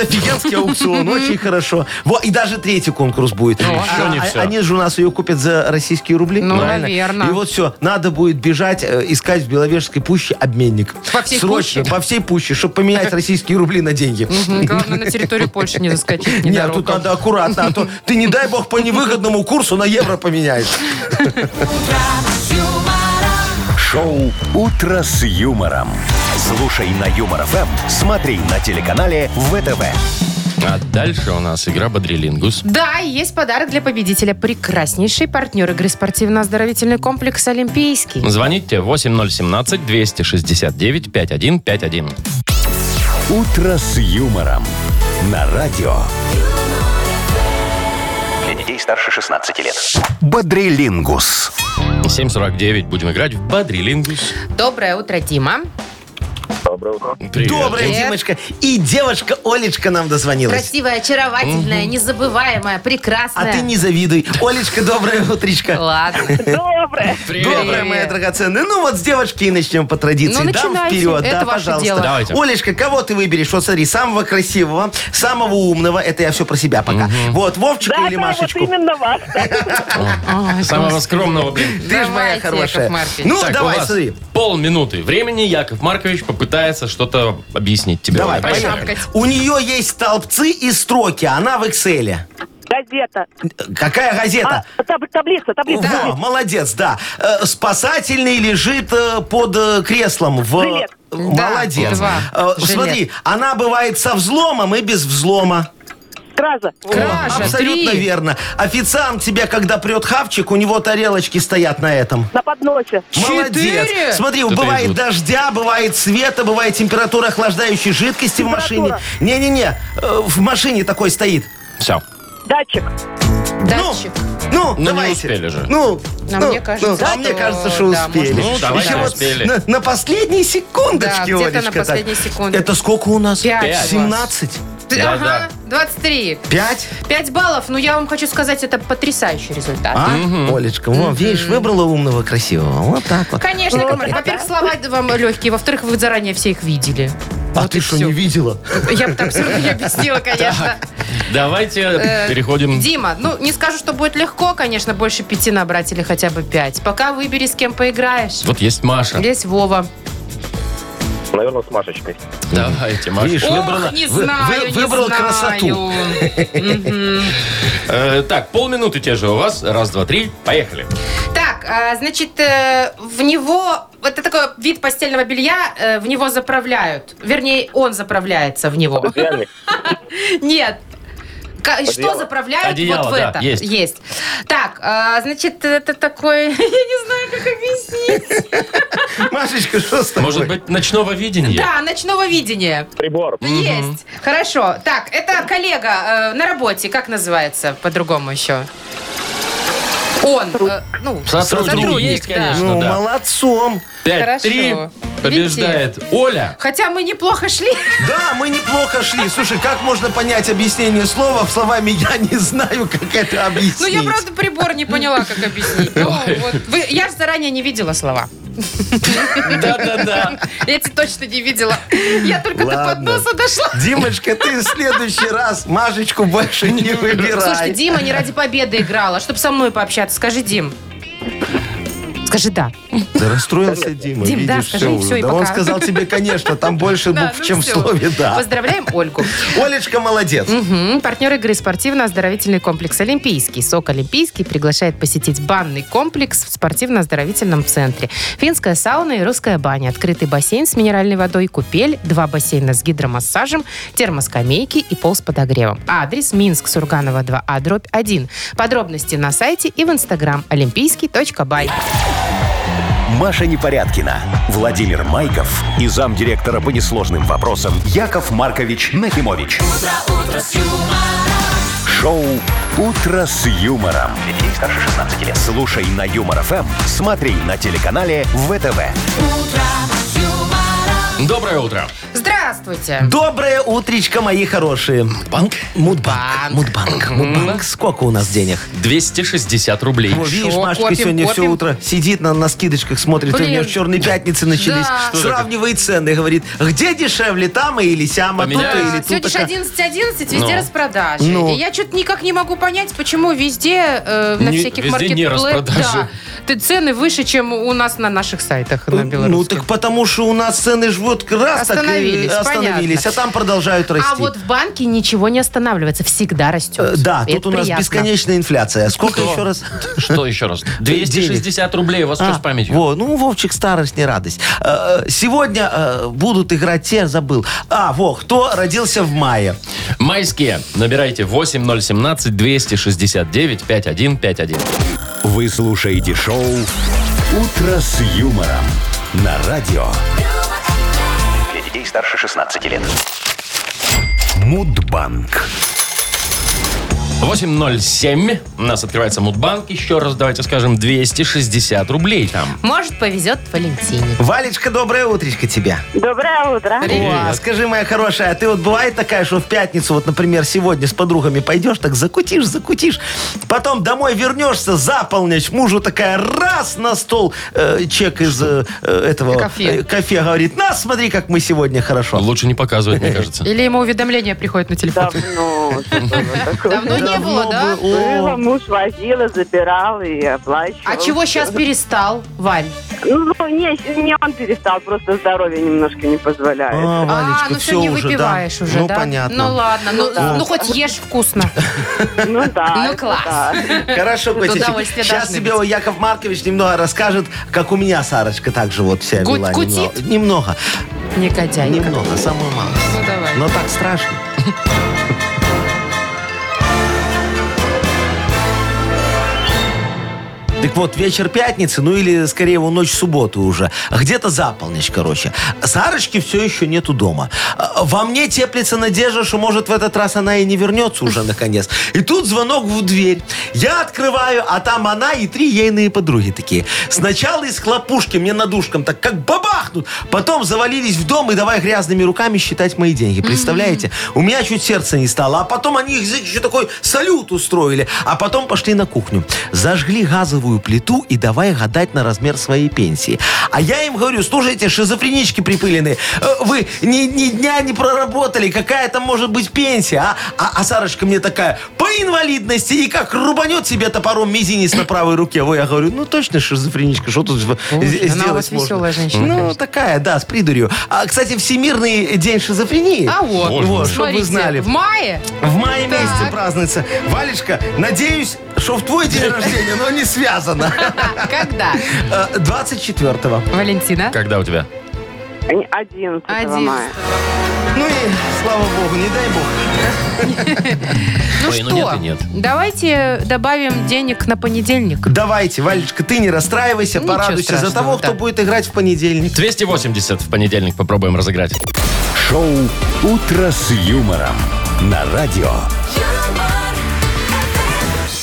Speaker 4: офигенский аукцион, очень хорошо. Во, и даже третий конкурс будет. А,
Speaker 2: еще Ну, не все.
Speaker 4: Они же у нас ее купят за российские рубли.
Speaker 3: Ну,
Speaker 4: правильно?
Speaker 3: наверно.
Speaker 4: И вот все, надо будет бежать, э, искать в Беловежской пуще обменник.
Speaker 3: По всей
Speaker 4: Срочно,
Speaker 3: пуще?
Speaker 4: по всей пуще, чтобы поменять российские рубли на деньги.
Speaker 3: Мгм, Главное, на территорию Польши не заскочить.
Speaker 4: Нет,
Speaker 3: ненароком.
Speaker 4: тут надо аккуратно, а то ты, не дай бог, по невыгодному курсу на евро поменяешь.
Speaker 1: Шоу «Утро с юмором». Слушай на Юмор ФМ, смотри на телеканале ВТВ.
Speaker 2: А дальше у нас игра Бодрилингус.
Speaker 3: Да, и есть подарок для победителя. Прекраснейший партнер игры спортивно-оздоровительный комплекс
Speaker 4: Ну.
Speaker 3: «Олимпийский».
Speaker 2: Звоните 8017-269-5151.
Speaker 1: «Утро с юмором» на радио.
Speaker 6: Для детей старше 16 лет.
Speaker 1: Бодрилингус.
Speaker 2: 7.49 будем играть в Бодрилингус.
Speaker 3: Доброе утро, Дима.
Speaker 5: Доброе утро.
Speaker 2: Привет.
Speaker 4: Добрая
Speaker 3: Привет.
Speaker 4: Димочка. И девочка Олечка нам дозвонилась.
Speaker 3: Красивая, очаровательная, незабываемая,
Speaker 4: А
Speaker 3: прекрасная.
Speaker 4: ты не завидуй. Олечка, доброе утречко.
Speaker 3: Ладно.
Speaker 7: Доброе.
Speaker 2: Привет.
Speaker 4: Добрая моя драгоценная. Ну вот с девочки и начнем по традиции.
Speaker 3: Ну,
Speaker 4: Дам
Speaker 3: начинайте.
Speaker 4: вперед,
Speaker 3: Это
Speaker 4: да,
Speaker 3: ваше
Speaker 4: пожалуйста.
Speaker 3: дело.
Speaker 2: Давайте.
Speaker 4: Олечка, кого ты выберешь? Вот смотри, самого красивого, самого умного. Это я все про себя пока. Вот, Вовчика
Speaker 7: Да,
Speaker 4: или
Speaker 7: да, вот
Speaker 4: Машечку?
Speaker 7: именно вас.
Speaker 2: Самого скромного, блин.
Speaker 4: Ты же моя
Speaker 3: Давайте, Яков
Speaker 4: хорошая.
Speaker 3: Маркович.
Speaker 4: Ну,
Speaker 2: Так, у
Speaker 4: давай,
Speaker 2: вас
Speaker 4: смотри.
Speaker 2: полминуты времени. Яков Маркович попытается что-то объяснить тебе.
Speaker 4: Давай,
Speaker 2: Поехали.
Speaker 4: поехали.
Speaker 3: Пошамкать.
Speaker 4: У нее есть столбцы и строки. Она в Excel.
Speaker 7: Газета.
Speaker 4: Какая газета?
Speaker 7: А, таб- таблица, таблица.
Speaker 4: Во, молодец, да. Э, Спасательный лежит э, под э, креслом. В...
Speaker 7: Жилет.
Speaker 4: Молодец.
Speaker 3: два.
Speaker 4: Э,
Speaker 3: Жилет.
Speaker 4: Смотри, она бывает со взломом и без взлома.
Speaker 7: Краза. Вот.
Speaker 3: Краша,
Speaker 4: Абсолютно
Speaker 3: три.
Speaker 4: верно. Официант тебе, когда прет хавчик, у него тарелочки стоят на этом.
Speaker 7: На подносе.
Speaker 4: Молодец.
Speaker 3: Четыре?
Speaker 4: Смотри,
Speaker 2: Кто-то
Speaker 4: бывает
Speaker 2: идут.
Speaker 4: дождя, бывает света, бывает температура охлаждающей жидкости в машине.
Speaker 7: Температура.
Speaker 4: Не-не-не, э, в машине такой стоит.
Speaker 2: Все.
Speaker 7: Датчик.
Speaker 3: Датчик.
Speaker 4: Ну,
Speaker 2: не
Speaker 4: ну давайте.
Speaker 2: успели же.
Speaker 4: Ну,
Speaker 3: А
Speaker 4: ну,
Speaker 3: мне кажется,
Speaker 4: ну, а мне
Speaker 3: что-
Speaker 4: кажется, что
Speaker 3: да,
Speaker 4: успели.
Speaker 2: может, Ну, давайте
Speaker 4: Еще вот
Speaker 2: успели.
Speaker 4: На, на последней
Speaker 3: Да,
Speaker 4: секундочке,
Speaker 3: где-то на
Speaker 4: Олечка, так.
Speaker 3: последней секунде.
Speaker 4: Это сколько у нас?
Speaker 3: Пять. Пять.
Speaker 4: 17?
Speaker 3: Ты-
Speaker 2: Да,
Speaker 3: Ага, 23.
Speaker 4: 5?
Speaker 3: 5 баллов, но я вам хочу сказать, это потрясающий результат.
Speaker 4: А? Олечка, во, видишь, выбрала умного, красивого. Вот так вот.
Speaker 3: Конечно, Яков Маркович, во-первых, слова вам легкие, во-вторых, вы заранее все их видели.
Speaker 4: А
Speaker 3: Вот
Speaker 4: ты
Speaker 3: и
Speaker 4: что,
Speaker 3: всё.
Speaker 4: не видела?
Speaker 3: Я бы так все равно не объяснила, конечно.
Speaker 2: Давайте
Speaker 3: Э,
Speaker 2: переходим.
Speaker 3: Дима, ну не скажу, что будет легко, конечно, больше пяти набрать или хотя бы пять. Пока выбери, с кем поиграешь.
Speaker 2: Вот есть Маша.
Speaker 3: Здесь Вова.
Speaker 5: Наверное, с Машечкой.
Speaker 2: Давайте, Маша.
Speaker 4: Видишь, выбрала,
Speaker 3: Ох, не
Speaker 4: вы- вы-
Speaker 3: знаю, не
Speaker 4: выбрала
Speaker 3: знаю.
Speaker 4: красоту.
Speaker 2: Э, так, полминуты те же у вас. Раз, два, три. Поехали.
Speaker 3: Так, а, значит, э, в него... Это такой вид постельного белья, э, в него заправляют. Вернее, он заправляется в него.
Speaker 5: Реальный.
Speaker 3: Нет. Ка- Что
Speaker 5: Одеяло.
Speaker 3: заправляют
Speaker 2: Одеяло,
Speaker 3: вот в
Speaker 2: да,
Speaker 3: это?
Speaker 2: есть.
Speaker 3: Так, а, значит, это такой... Я не знаю, как объяснить.
Speaker 4: Машечка, что с тобой?
Speaker 2: Может быть, ночного видения?
Speaker 3: Да, ночного видения.
Speaker 5: Прибор.
Speaker 3: Есть. Хорошо. Так, это коллега э, на работе. Как называется по-другому еще? Он. э, ну,
Speaker 2: Сотрудник. Есть,
Speaker 3: да.
Speaker 2: конечно.
Speaker 4: Ну,
Speaker 2: да.
Speaker 4: молодцом.
Speaker 2: Пять, три.
Speaker 3: Хорошо.
Speaker 2: Побеждает Оля.
Speaker 3: Хотя мы неплохо шли.
Speaker 4: Да, мы неплохо шли. Слушай, как можно понять объяснение слова словами «я не знаю, как это объяснить»?
Speaker 3: Ну, я, правда, прибор не поняла, как объяснить. Ну, вот. Вы- Я же заранее не видела слова.
Speaker 2: Да-да-да.
Speaker 3: Я эти точно не видела. Я только до
Speaker 4: Ладно.
Speaker 3: подноса дошла.
Speaker 4: Димочка, ты в следующий раз Машечку больше не
Speaker 3: Слушайте,
Speaker 4: выбирай.
Speaker 3: Дима не ради победы играла, чтобы со мной пообщаться. Скажи, Дим. Скажи «да».
Speaker 4: Да расстроился Дима,
Speaker 3: Дим, да,
Speaker 4: видишь,
Speaker 3: скажи,
Speaker 4: всё
Speaker 3: и всё, и
Speaker 4: уже. Да
Speaker 3: пока.
Speaker 4: он сказал тебе, конечно, там больше
Speaker 3: Да,
Speaker 4: букв,
Speaker 3: ну
Speaker 4: чем в
Speaker 3: всё.
Speaker 4: слове «да».
Speaker 3: Поздравляем Ольгу.
Speaker 4: Олечка молодец.
Speaker 3: Мгм. Партнер игры спортивно-оздоровительный комплекс «Олимпийский». СОК «Олимпийский» приглашает посетить банный комплекс в спортивно-оздоровительном центре. Финская сауна и русская баня, открытый бассейн с минеральной водой, купель, два бассейна с гидромассажем, термоскамейки и пол с подогревом. Адрес Минск, Сурганова 2А, дробь 1. Подробности на сайте и в инстаграм олимпийский.бай.
Speaker 1: Маша Непорядкина, Владимир Майков и замдиректора по несложным вопросам Яков Маркович Нахимович. Шоу Утро с юмором. Для детей старше 16 лет. Слушай на юмор ФМ, смотри на телеканале ВТВ.
Speaker 2: Доброе утро.
Speaker 3: Здравствуйте!
Speaker 4: Доброе утречко, мои хорошие.
Speaker 2: Банк.
Speaker 4: Мудбанк. Мудбанк. Мудбанк. Сколько у нас денег?
Speaker 2: 260 рублей.
Speaker 4: Во, видишь,
Speaker 3: Шо,
Speaker 4: Машечка
Speaker 3: копим,
Speaker 4: сегодня все
Speaker 3: копим.
Speaker 4: утро сидит на, на скидочках, смотрит,
Speaker 3: Блин.
Speaker 4: у нее в черной пятнице начались.
Speaker 3: Да. Что
Speaker 4: Сравнивает цены, говорит, где дешевле, там или сяма, тут
Speaker 2: Поменяли?
Speaker 4: или
Speaker 3: Сегодня
Speaker 4: тут.
Speaker 3: же 11.11, везде
Speaker 2: Ну.
Speaker 3: распродажи.
Speaker 4: Ну.
Speaker 3: И я что-то никак не могу понять, почему везде э, на
Speaker 2: Не-
Speaker 3: всяких
Speaker 2: везде не
Speaker 3: маркетплейсах
Speaker 2: распродажи.
Speaker 3: да, ты цены выше, чем у нас на наших сайтах на
Speaker 4: Ну
Speaker 3: белорусских.
Speaker 4: так потому что у нас цены ж вот раз так и
Speaker 3: Остановились,
Speaker 4: остановились,
Speaker 3: понятно.
Speaker 4: а там продолжают расти.
Speaker 3: а вот в банке ничего не останавливается, всегда
Speaker 4: Э,
Speaker 3: растет.
Speaker 4: Да,
Speaker 3: И
Speaker 4: тут
Speaker 3: это
Speaker 4: у нас
Speaker 3: приятно.
Speaker 4: бесконечная инфляция. Сколько
Speaker 2: Что?
Speaker 4: еще раз?
Speaker 2: Что еще раз? 260 рублей. У вас что
Speaker 4: А,
Speaker 2: с памятью?
Speaker 4: Во, ну, Вовчик, старость не радость. Э, э, Сегодня э, будут играть те, забыл. А, во, кто родился в мае.
Speaker 2: Майские. Набирайте 8017-269-5151.
Speaker 1: Вы слушаете шоу Утро с юмором на радио
Speaker 6: Для детей старше 16 лет.
Speaker 1: Мудбанк.
Speaker 2: 8.07. У нас открывается Мудбанк. Еще раз давайте скажем 260 рублей там.
Speaker 3: Может, повезет Валентине.
Speaker 4: Валечка, доброе утречко тебе.
Speaker 7: Доброе утро.
Speaker 4: О, а скажи, моя хорошая, а ты вот бывает такая, что в пятницу, вот, например, сегодня с подругами пойдешь, так закутишь, закутишь, потом домой вернешься за полночь, мужу такая раз на стол э, чек из э, э, этого
Speaker 3: Кафе.
Speaker 4: э, кафе говорит, на, смотри, как мы сегодня хорошо.
Speaker 2: Лучше не показывать, мне кажется.
Speaker 3: Или ему уведомление приходит на телефон.
Speaker 7: Давно. уже было такое.
Speaker 3: Давно Ну, не
Speaker 4: Давно
Speaker 3: было, да?
Speaker 4: бы-
Speaker 7: Было,
Speaker 4: о,
Speaker 7: муж возил, и забирал и оплачивал.
Speaker 3: А чего сейчас перестал, Валь?
Speaker 7: Ну, не, не он перестал, просто здоровье немножко не позволяет.
Speaker 4: а, Валечка,
Speaker 3: а, ну
Speaker 4: все
Speaker 3: не
Speaker 4: уже, да.
Speaker 3: выпиваешь уже,
Speaker 4: Ну,
Speaker 3: да?
Speaker 4: понятно.
Speaker 3: Ну ладно, ну,
Speaker 7: Да.
Speaker 3: ну хоть ешь вкусно.
Speaker 7: Ну да.
Speaker 3: Ну,
Speaker 7: это
Speaker 3: класс.
Speaker 7: да.
Speaker 4: Хорошо, котичек.
Speaker 3: удовольствие
Speaker 4: Сейчас
Speaker 3: должны
Speaker 4: тебе
Speaker 3: быть.
Speaker 4: о, Яков Маркович немного расскажет, как у меня Сарочка также вот вся
Speaker 3: Гу-
Speaker 4: вела.
Speaker 3: гудит?
Speaker 4: Немного, немного,
Speaker 3: Негодяйка.
Speaker 4: немного, самую малость.
Speaker 3: Ну давай.
Speaker 4: Но так страшно. Так вот, вечер пятницы, ну или скорее его ночь субботы уже, где-то за полночь, короче. Сарочки все еще нету дома. А, Во мне теплится надежда, что может в этот раз она и не вернется уже наконец. И тут звонок в дверь. Я открываю, а там она и три ейные подруги такие. Сначала из хлопушки мне надушком так как бабахнут, потом завалились в дом и давай грязными руками считать мои деньги. Представляете? У меня чуть сердце не стало, а потом они их еще такой салют устроили, а потом пошли на кухню. Зажгли газовую плиту и давай гадать на размер своей пенсии. А я им говорю, слушайте, шизофренички припыленные, э, вы ни, ни дня не проработали, какая там может быть пенсия, а? А, а Сарочка мне такая, по инвалидности, и как рубанет себе топором мизинец на правой руке. Ой, я говорю, ну точно шизофреничка, что тут в-
Speaker 3: Ой,
Speaker 4: з-
Speaker 3: она у
Speaker 4: сделать
Speaker 3: вас
Speaker 4: можно?
Speaker 3: веселая женщина,
Speaker 4: Ну,
Speaker 3: конечно.
Speaker 4: такая, да, с придурью. А, кстати, Всемирный день шизофрении.
Speaker 3: А вот,
Speaker 4: Вот, чтоб Ну, вы
Speaker 3: смотрите,
Speaker 4: знали.
Speaker 3: в мае
Speaker 4: В мае
Speaker 3: Так.
Speaker 4: месяце празднуется. Валечка, надеюсь, что в твой день рождения, но не связано.
Speaker 3: А, когда?
Speaker 4: Э, 24-го.
Speaker 3: Валентина?
Speaker 2: Когда у тебя?
Speaker 7: 11
Speaker 3: Один.
Speaker 7: мая.
Speaker 4: Ну и слава богу, не дай бог.
Speaker 3: Ну
Speaker 2: Ой,
Speaker 3: что,
Speaker 2: ну нет и нет.
Speaker 3: давайте добавим денег на понедельник.
Speaker 4: Давайте, Валечка, ты не расстраивайся,
Speaker 3: Ничего
Speaker 4: порадуйся за
Speaker 3: страшного,
Speaker 4: того, кто
Speaker 3: да.
Speaker 4: будет играть в понедельник.
Speaker 2: 280 в понедельник попробуем разыграть.
Speaker 1: Шоу «Утро с юмором» на радио.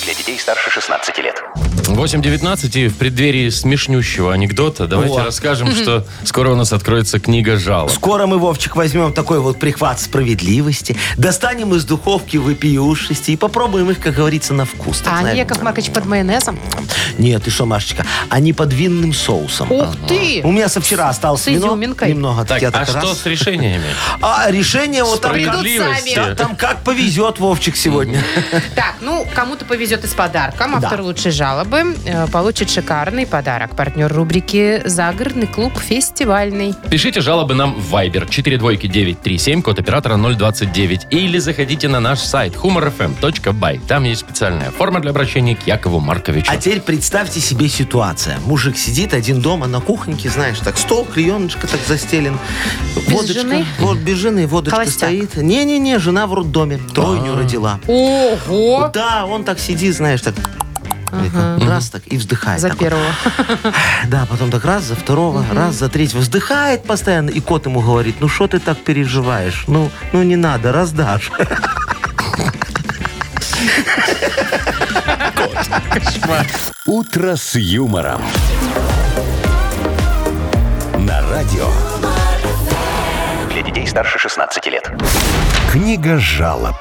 Speaker 6: Для детей старше 16 лет.
Speaker 2: 8.19 и в преддверии смешнющего анекдота давайте
Speaker 4: О.
Speaker 2: расскажем, что скоро у нас откроется книга жалоб.
Speaker 4: Скоро мы, Вовчик, возьмем такой вот прихват справедливости, достанем из духовки вопиюшести и попробуем их, как говорится, на вкус. так
Speaker 3: А
Speaker 4: знаешь.
Speaker 3: Яков Маркович под майонезом?
Speaker 4: Нет, ты что, Машечка, они под винным соусом.
Speaker 3: Ух ты!
Speaker 4: У меня со вчера осталось
Speaker 3: С
Speaker 4: вино.
Speaker 3: изюминкой.
Speaker 4: Немного.
Speaker 2: Так,
Speaker 4: я
Speaker 2: а
Speaker 4: так раз.
Speaker 2: что с решениями?
Speaker 4: А решение вот там как-
Speaker 2: Справедливости.
Speaker 4: Да, там как повезет, Вовчик, сегодня.
Speaker 3: Так, ну, кому-то повезет и с подарком. Автор
Speaker 4: Да.
Speaker 3: лучшей жалобы э, получит шикарный подарок. Партнер рубрики «Загородный клуб фестивальный».
Speaker 2: Пишите жалобы нам в Viber 42937, код оператора 029. Или заходите на наш сайт humorfm.by. Там есть специальная форма для обращения к Якову Марковичу.
Speaker 4: А теперь представьте себе ситуация. Мужик сидит один дома на кухоньке, знаешь, так стол, клееночка так застелен. водочка,
Speaker 3: жены?
Speaker 4: Вот без жены водочка
Speaker 3: Холостяк.
Speaker 4: стоит. Не-не-не, жена в роддоме. Тройню
Speaker 2: А.
Speaker 4: родила.
Speaker 3: Ого!
Speaker 4: Да, он так сидит, знаешь, так... Раз так и вздыхает.
Speaker 3: За
Speaker 4: так вот.
Speaker 3: первого.
Speaker 4: Да, потом так раз, за второго, раз, за третьего. Вздыхает постоянно, и кот ему говорит, ну что ты так переживаешь? Ну, ну не надо, раздашь.
Speaker 1: «Утро с юмором». На радио.
Speaker 6: Для детей старше 16 лет.
Speaker 1: Книга жалоб.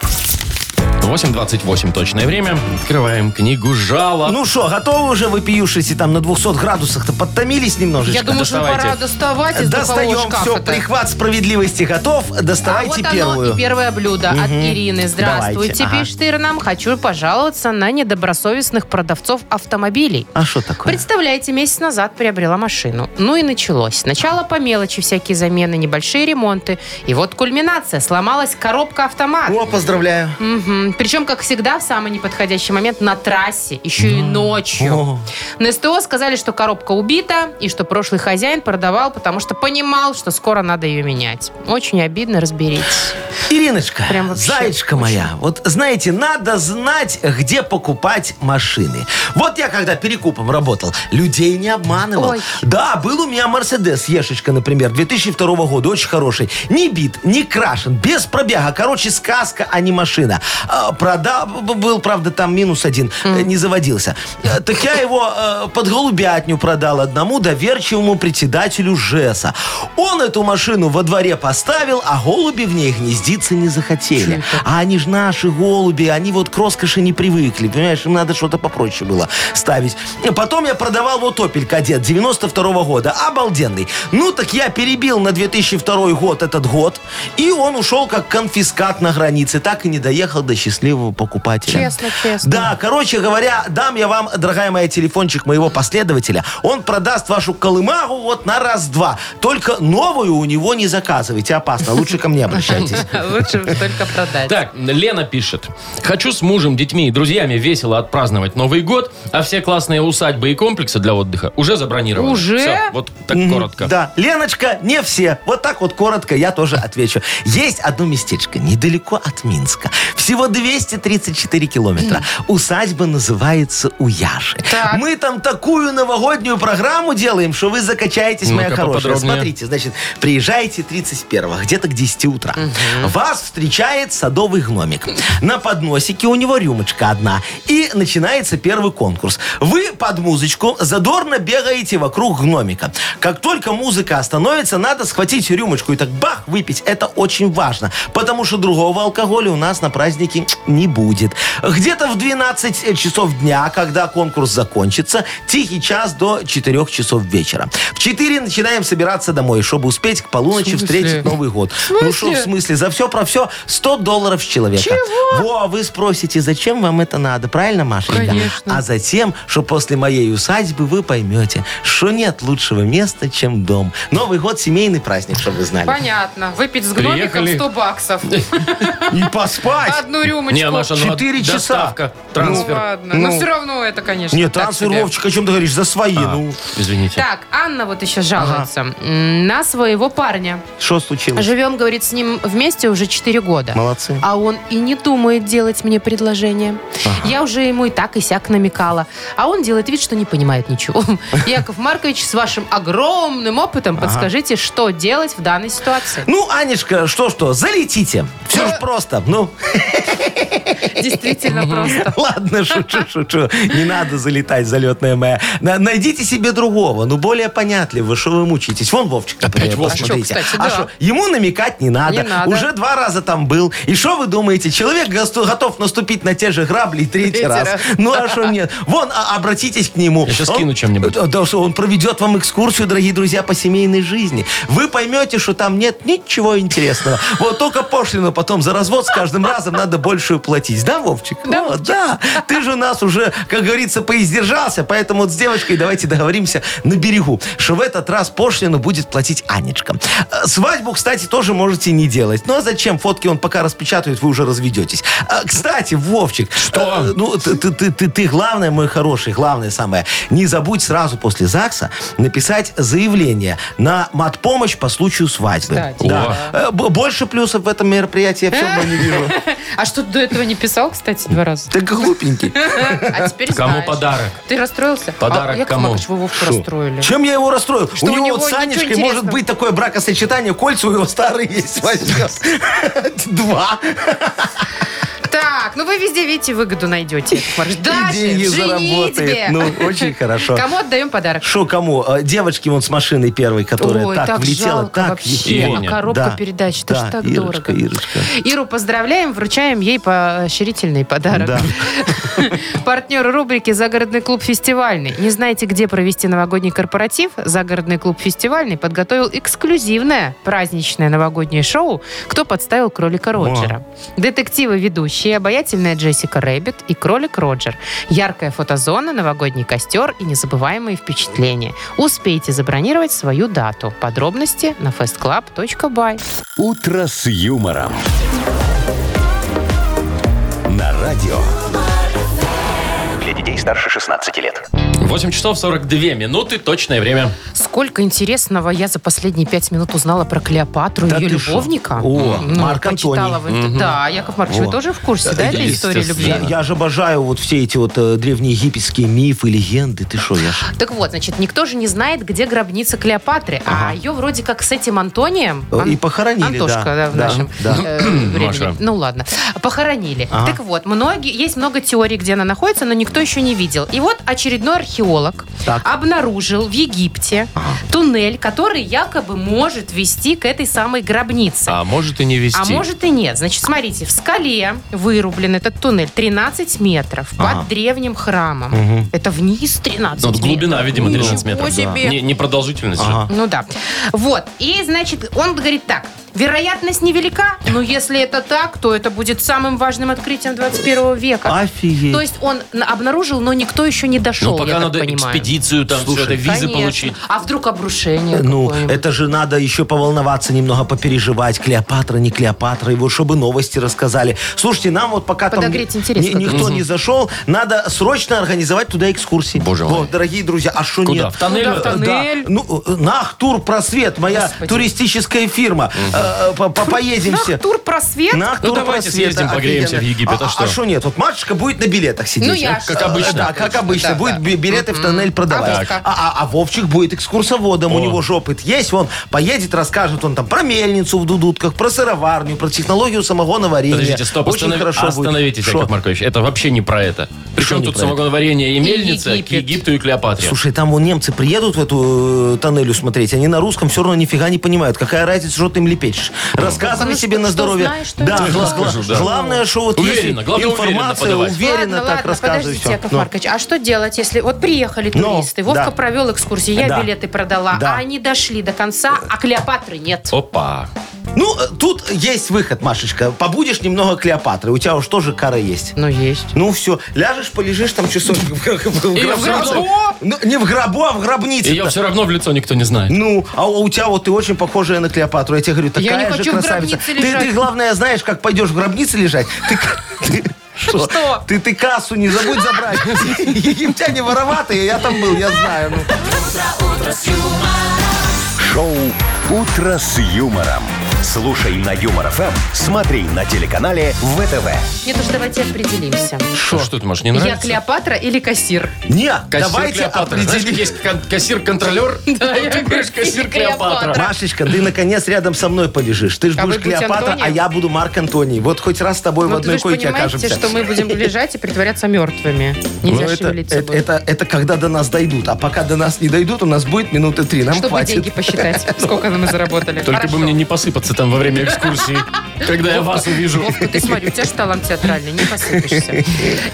Speaker 2: 8.28 точное время. Открываем книгу жалоб.
Speaker 4: Ну что, готовы уже выпившись и там на 200 градусах-то подтомились немножечко?
Speaker 3: Я думаю, что
Speaker 2: доставайте.
Speaker 3: пора доставать из
Speaker 4: Достаем
Speaker 3: духового
Speaker 4: все,
Speaker 3: шкафа-то.
Speaker 4: прихват справедливости готов.
Speaker 3: А
Speaker 4: Доставайте
Speaker 3: вот оно
Speaker 4: первую.
Speaker 3: и первое блюдо от Ирины. Здравствуйте,
Speaker 4: Давайте, ага.
Speaker 3: пишет Ира нам. Хочу пожаловаться на недобросовестных продавцов автомобилей.
Speaker 4: А что такое?
Speaker 3: Представляете, месяц назад приобрела машину. Ну и началось. Сначала по мелочи всякие замены, небольшие ремонты. И вот кульминация. Сломалась коробка автомат.
Speaker 4: О, поздравляю.
Speaker 3: Мгм. Причем, как всегда, в самый неподходящий момент на трассе, еще и ночью.
Speaker 4: О,
Speaker 3: На СТО сказали, что коробка убита и что прошлый хозяин продавал, потому что понимал, что скоро надо ее менять. Очень обидно, разберитесь.
Speaker 4: Ириночка,
Speaker 3: Прям вообще
Speaker 4: зайчка моя, вот знаете, надо знать, где покупать машины. Вот я когда перекупом работал, людей не обманывал.
Speaker 3: Ой.
Speaker 4: Да, был у меня Мерседес Ешечка, например, 2002 года, очень хороший. Не бит, не крашен, без пробега. Короче, сказка, а не машина. А, Прода... б- Был, правда, там минус один, э, не заводился. Э, Так я его э, под голубятню продал одному доверчивому председателю ЖЭСа. Он эту машину во дворе поставил, а голуби в ней гнездиться не захотели. А они же наши голуби, они вот к роскоши не привыкли, понимаешь, им надо что-то попроще было ставить. И Потом я продавал вот Opel Кадет 92 года, обалденный. Ну так я перебил на 2002 год этот год, и он ушел как конфискат на границе, так и не доехал до счастливого покупателя.
Speaker 3: Честно, честно.
Speaker 4: Да, А, короче говоря, дам я вам, дорогая моя, телефончик моего последователя. Он продаст вашу колымагу вот на раз-два. Только новую у него не заказывайте, опасно. Лучше ко мне обращайтесь.
Speaker 3: Лучше уж только продать.
Speaker 2: Так, Лена пишет. Хочу с мужем, детьми и друзьями весело отпраздновать Новый год, а все классные усадьбы и комплексы для отдыха уже забронированы.
Speaker 3: Уже?
Speaker 2: Всё, вот так коротко.
Speaker 4: Да, Леночка, не все. Вот так вот коротко я тоже отвечу. Есть одно местечко недалеко от Минска. Всего до 234 километра. Усадьба называется у Яши.
Speaker 3: Так.
Speaker 4: Мы там такую новогоднюю программу делаем, что вы закачаетесь, моя
Speaker 2: Ну-ка,
Speaker 4: хорошая.
Speaker 2: поподробнее.
Speaker 4: Смотрите, значит, приезжаете 31-го, где-то к 10 утра. Вас встречает садовый гномик. На подносике у него рюмочка одна. И начинается первый конкурс. Вы под музычку задорно бегаете вокруг гномика. Как только музыка остановится, надо схватить рюмочку и так бах, выпить. Это очень важно, потому что другого алкоголя у нас на празднике не будет. Где-то в 12 часов дня, когда конкурс закончится, тихий час до 4 часов вечера. В 4 начинаем собираться домой, чтобы успеть к полуночи
Speaker 3: В смысле?
Speaker 4: встретить Новый год. Ну что, в смысле, за все про все 100 долларов с человека. Чего? Во, а вы спросите, зачем вам это надо, правильно, Машенька?
Speaker 3: Конечно.
Speaker 4: А затем, что после моей усадьбы вы поймете, что нет лучшего места, чем дом. Новый год семейный праздник, чтобы вы знали.
Speaker 3: Понятно. Выпить с гномиком
Speaker 2: Приехали.
Speaker 3: 100 баксов.
Speaker 4: И поспать.
Speaker 3: Одну рюмочку.
Speaker 2: Не, Маша, ну,
Speaker 4: Четыре
Speaker 2: от-
Speaker 4: часа.
Speaker 2: доставка,
Speaker 3: Ну
Speaker 2: трансфер.
Speaker 3: ладно. Но
Speaker 4: Ну.
Speaker 3: все равно это, конечно,
Speaker 4: Нет,
Speaker 3: так
Speaker 4: трансфер,
Speaker 3: себе. А.
Speaker 4: Вовчик, о чем ты говоришь? За свои, ну.
Speaker 2: Извините.
Speaker 3: Так, Анна вот еще жалуется м, на своего парня.
Speaker 4: Что случилось?
Speaker 3: Живем, говорит, с ним вместе уже 4 года.
Speaker 4: Молодцы.
Speaker 3: А он и не думает делать мне предложение. Я уже ему и так, и сяк намекала. А он делает вид, что не понимает ничего. Яков Маркович, с вашим огромным опытом подскажите, что делать в данной ситуации.
Speaker 4: Ну, Анечка, что-что, залетите. Все же просто. Ну,
Speaker 3: Действительно просто.
Speaker 4: ладно, шучу, шучу. Не надо залетать, залетная моя. На- Найдите себе другого, ну, более понятливого, что вы мучаетесь. Вон Вовчик, например,
Speaker 2: Вовчик.
Speaker 4: посмотрите.
Speaker 3: А чё, кстати,
Speaker 4: А
Speaker 3: да.
Speaker 4: что, ему намекать не
Speaker 3: Не
Speaker 4: надо.
Speaker 3: надо.
Speaker 4: Уже два раза там был. И что вы думаете? Человек госту- готов наступить на те же грабли и третий,
Speaker 3: Третий
Speaker 4: раз.
Speaker 3: раз.
Speaker 4: Ну, а что нет? Вон, а- обратитесь к нему.
Speaker 2: Я щас
Speaker 4: Он-
Speaker 2: кину чем-нибудь.
Speaker 4: Э, Да, Да, что он проведет вам экскурсию, дорогие друзья, по семейной жизни. Вы поймете, что там нет ничего интересного. Вот только пошлину потом за развод с каждым разом надо большую платить. Да, Вовчик? Да, да. Ты же у нас уже, как говорится, поиздержался, поэтому вот с девочкой давайте договоримся на берегу, что в этот раз пошлину будет платить Анечка. Э, Свадьбу, кстати, тоже можете не делать. Ну а зачем? Фотки он пока распечатает, вы уже разведетесь. А, Кстати, Вовчик.
Speaker 2: Что?
Speaker 4: э, ну, ты, ты, ты, ты, ты главное, мой хороший, главное самое, не забудь сразу после ЗАГСа написать заявление на матпомощь по случаю свадьбы.
Speaker 3: Кстати.
Speaker 4: Да. Э, б- Больше плюсов в этом мероприятии я все равно не вижу.
Speaker 3: А что ты до этого не писал, кстати, два раза?
Speaker 4: Ты глупенький.
Speaker 3: А теперь
Speaker 2: Кому
Speaker 3: знаешь.
Speaker 2: подарок?
Speaker 3: Ты расстроился?
Speaker 2: Подарок
Speaker 3: А, Яков
Speaker 2: кому?
Speaker 3: Маркович, вы Вовку расстроили.
Speaker 4: Чем я его расстроил?
Speaker 3: Что
Speaker 4: у,
Speaker 3: у
Speaker 4: него
Speaker 3: него
Speaker 4: вот с
Speaker 3: ничего
Speaker 4: Анечкой
Speaker 3: интересного.
Speaker 4: может быть такое бракосочетание, кольца у него старые есть. возьмем. Два.
Speaker 3: Так, ну вы везде видите выгоду найдете. Яков Маркович.
Speaker 4: И
Speaker 3: Дальше,
Speaker 4: деньги
Speaker 3: в женитьбе.
Speaker 4: заработает. Ну, очень хорошо.
Speaker 3: Кому отдаем подарок?
Speaker 4: Шо кому? Э, Девочке вон с машиной первой, которая
Speaker 3: Ой,
Speaker 4: так,
Speaker 3: так
Speaker 4: влетела,
Speaker 3: жалко
Speaker 4: так
Speaker 3: вообще.
Speaker 4: ей-
Speaker 2: А
Speaker 3: коробка передач, это ж
Speaker 4: да,
Speaker 3: так
Speaker 4: Ирочка,
Speaker 3: дорого.
Speaker 4: Ирочка.
Speaker 3: Иру поздравляем, вручаем ей поощрительный подарок.
Speaker 4: Да.
Speaker 3: Партнер рубрики «Загородный клуб фестивальный». Не знаете, где провести новогодний корпоратив? «Загородный клуб фестивальный» подготовил эксклюзивное праздничное новогоднее шоу «Кто подставил кролика Роджера». Детективы-ведущие, обаятельная Джессика Рэббит и кролик Роджер. Яркая фотозона, новогодний костер и незабываемые впечатления. Успейте забронировать свою дату. Подробности на festclub.by.
Speaker 1: «Утро с юмором». На радио.
Speaker 6: Для детей старше 16 лет.
Speaker 2: 8 часов 42 минуты, точное время.
Speaker 3: Сколько интересного я за последние пять минут узнала про Клеопатру и
Speaker 4: Да
Speaker 3: ее
Speaker 4: ты шо?
Speaker 3: любовника.
Speaker 4: О, Марк
Speaker 3: почитала в интер- Да, Яков Маркович, вы
Speaker 4: Во.
Speaker 3: тоже в курсе, да, этой истории любви?
Speaker 2: естественно.
Speaker 4: Я, я же обожаю вот все эти вот э, древнеегипетские мифы, легенды. Ты что, я ж-
Speaker 3: Так вот, значит, никто же не знает, где гробница Клеопатры, а ее вроде как с этим Антонием...
Speaker 4: Э,
Speaker 3: Ан-
Speaker 4: И похоронили,
Speaker 3: Антошка, да, в
Speaker 4: Да,
Speaker 3: нашем
Speaker 4: да.
Speaker 3: э, времени.
Speaker 2: Маша.
Speaker 3: Ну ладно. Похоронили.
Speaker 4: Ага.
Speaker 3: Так вот, многие, есть много теорий, где она находится, но никто еще не видел. И вот очередной археолог
Speaker 4: Так.
Speaker 3: обнаружил в Египте туннель, который якобы может вести к этой самой гробнице.
Speaker 2: А может и не вести.
Speaker 3: А может и нет. Значит, смотрите, в скале вырублен этот туннель 13 метров под
Speaker 4: Ага.
Speaker 3: древним храмом. Это вниз 13
Speaker 2: Ну,
Speaker 3: метров.
Speaker 2: глубина, видимо, 13
Speaker 3: Ничего
Speaker 2: метров.
Speaker 3: себе.
Speaker 2: Не, не продолжительность же.
Speaker 4: Ага.
Speaker 3: Ну да. Вот. И, значит, он говорит так. Вероятность невелика, но если это так, то это будет самым важным открытием 21 века. Ну,
Speaker 4: Офигеть.
Speaker 3: То есть он на- обнаружил, но никто еще не дошел,
Speaker 2: Ну, пока
Speaker 3: я так
Speaker 2: надо
Speaker 3: понимаю.
Speaker 2: экспедиции экспедицию, там
Speaker 4: Слушай,
Speaker 2: все это, визы
Speaker 3: Конечно.
Speaker 2: получить.
Speaker 3: А вдруг обрушение
Speaker 4: Ну,
Speaker 3: какое-нибудь?
Speaker 4: это же надо еще поволноваться, немного попереживать. Клеопатра, не Клеопатра, его чтобы новости рассказали. Слушайте, нам вот пока
Speaker 3: Подогреть
Speaker 4: там ни-
Speaker 3: интерес
Speaker 4: ни-
Speaker 3: какой-то.
Speaker 4: никто не зашел, надо срочно организовать туда экскурсии.
Speaker 2: Боже мой.
Speaker 4: Вот, дорогие друзья, а что
Speaker 2: Куда?
Speaker 4: нет?
Speaker 2: В тоннель?
Speaker 3: Куда в
Speaker 2: вот
Speaker 3: тоннель?
Speaker 2: этот?
Speaker 3: Тоннель?
Speaker 4: Да, ну, э, Нахтур Просвет, моя
Speaker 3: Господи.
Speaker 4: туристическая фирма. Э, по- по- Поедем
Speaker 3: Нах,
Speaker 4: все.
Speaker 3: тур просвет?
Speaker 4: Нахтур
Speaker 2: Ну, давайте
Speaker 4: Просвет,
Speaker 2: съездим, погреемся
Speaker 4: офигенно.
Speaker 2: в Египет, а что?
Speaker 4: А что нет? Вот Машечка будет на билетах сидеть. а?
Speaker 3: Ну, я
Speaker 2: Как обычно.
Speaker 4: Да, как обычно.
Speaker 3: Да,
Speaker 4: будет
Speaker 3: да.
Speaker 4: би- билеты в тоннель
Speaker 3: А
Speaker 4: продавать.
Speaker 3: Вовка?
Speaker 4: А, а- а Вовчик будет экскурсоводом. У него же опыт есть. Он поедет, расскажет он там про мельницу в Дудутках, про сыроварню, про технологию самогоноварения.
Speaker 2: Подождите, стоп,
Speaker 4: Очень
Speaker 2: останов-
Speaker 4: хорошо будет.
Speaker 2: остановитесь,
Speaker 4: Шо?
Speaker 2: Яков Маркович. Это вообще не про это. Причем
Speaker 4: не
Speaker 2: тут
Speaker 4: про это?
Speaker 2: самогоноварение и мельница к
Speaker 3: Египет.
Speaker 2: Египту и Клеопатре.
Speaker 4: Слушай, там вон немцы приедут в эту э, тоннелю смотреть, они на русском все равно нифига не понимают. Какая разница, что ты им лепечешь? Рассказывай
Speaker 3: Ну,
Speaker 4: себе
Speaker 3: что-
Speaker 4: на
Speaker 3: что
Speaker 4: здоровье.
Speaker 3: знаешь, то и
Speaker 4: да, гла-
Speaker 3: расскажешь.
Speaker 4: гла-
Speaker 2: Расскажу, да.
Speaker 4: главное, что вот
Speaker 2: Уверенно,
Speaker 4: если
Speaker 2: главное, уверенно
Speaker 4: информация
Speaker 2: подавать.
Speaker 4: уверенно
Speaker 3: ладно,
Speaker 4: так
Speaker 3: ладно,
Speaker 4: рассказывай.
Speaker 3: подождите,
Speaker 4: всё.
Speaker 3: Яков
Speaker 4: Ну.
Speaker 3: Маркович, а что делать, если вот приехали
Speaker 4: Ну,
Speaker 3: туристы, Вовка
Speaker 4: да.
Speaker 3: провел экскурсии, я
Speaker 4: Да.
Speaker 3: билеты продала,
Speaker 4: Да.
Speaker 3: а они дошли до конца, а Клеопатры нет.
Speaker 2: Опа.
Speaker 4: Ну, э, тут есть выход, Машечка. Побудешь немного Клеопатры. У тебя уж тоже кара есть.
Speaker 3: Ну, есть.
Speaker 4: Ну все, ляжешь, полежишь там часов в гро- в
Speaker 2: И в
Speaker 4: гробнице.
Speaker 2: гробу.
Speaker 4: Ну, не в гробу, а в гробнице.
Speaker 2: Ее все равно в лицо никто не знает.
Speaker 4: Ну, а у у тебя вот ты очень похожая на Клеопатру. Я тебе говорю, такая
Speaker 3: Я не
Speaker 4: же
Speaker 3: хочу в
Speaker 4: красавица.
Speaker 3: гробнице
Speaker 4: ты,
Speaker 3: лежать.
Speaker 4: ты, главное, знаешь, как пойдешь в гробнице лежать. Ты, к- ты- что?
Speaker 3: Что?
Speaker 4: Ты, ты кассу не забудь забрать. Египтяне вороватые, я там был, я знаю. ну.
Speaker 1: Шоу «Утро с юмором». Слушай на Юмор ФМ, смотри на телеканале ВТВ.
Speaker 3: Нет уж, давайте определимся.
Speaker 2: Что? Ну, Что ты, Маш, не
Speaker 3: Я
Speaker 2: нравится?
Speaker 3: Клеопатра или кассир?
Speaker 4: Не,
Speaker 2: Кассир
Speaker 4: давайте
Speaker 2: Клеопатра. Знаешь,
Speaker 4: определим.
Speaker 2: есть кон- кассир-контролер,
Speaker 3: Да,
Speaker 2: а ты
Speaker 3: я
Speaker 2: говоришь кассир Клеопатра.
Speaker 4: Машечка, ты наконец рядом со мной полежишь. Ты же
Speaker 3: А вы
Speaker 4: будешь
Speaker 3: будете
Speaker 4: Клеопатра, а
Speaker 3: Антонием?
Speaker 4: я буду Марк Антоний. Вот хоть раз с тобой в
Speaker 3: Ну,
Speaker 4: одной
Speaker 3: вы же
Speaker 4: койке
Speaker 3: понимаете,
Speaker 4: окажемся.
Speaker 3: что мы будем лежать и притворяться мертвыми. Нельзя
Speaker 4: Ну, это,
Speaker 3: шевелить
Speaker 4: это,
Speaker 3: собой.
Speaker 4: это, это когда до нас дойдут. А пока до нас не дойдут, у нас будет минуты три. Нам
Speaker 3: Чтобы
Speaker 4: хватит.
Speaker 3: деньги посчитать, сколько мы заработали.
Speaker 2: Только бы мне не посыпаться там во время экскурсии, когда я вас увижу.
Speaker 3: Вовка, Ну, ты смотри, у тебя же талант театральный, не посыпешься.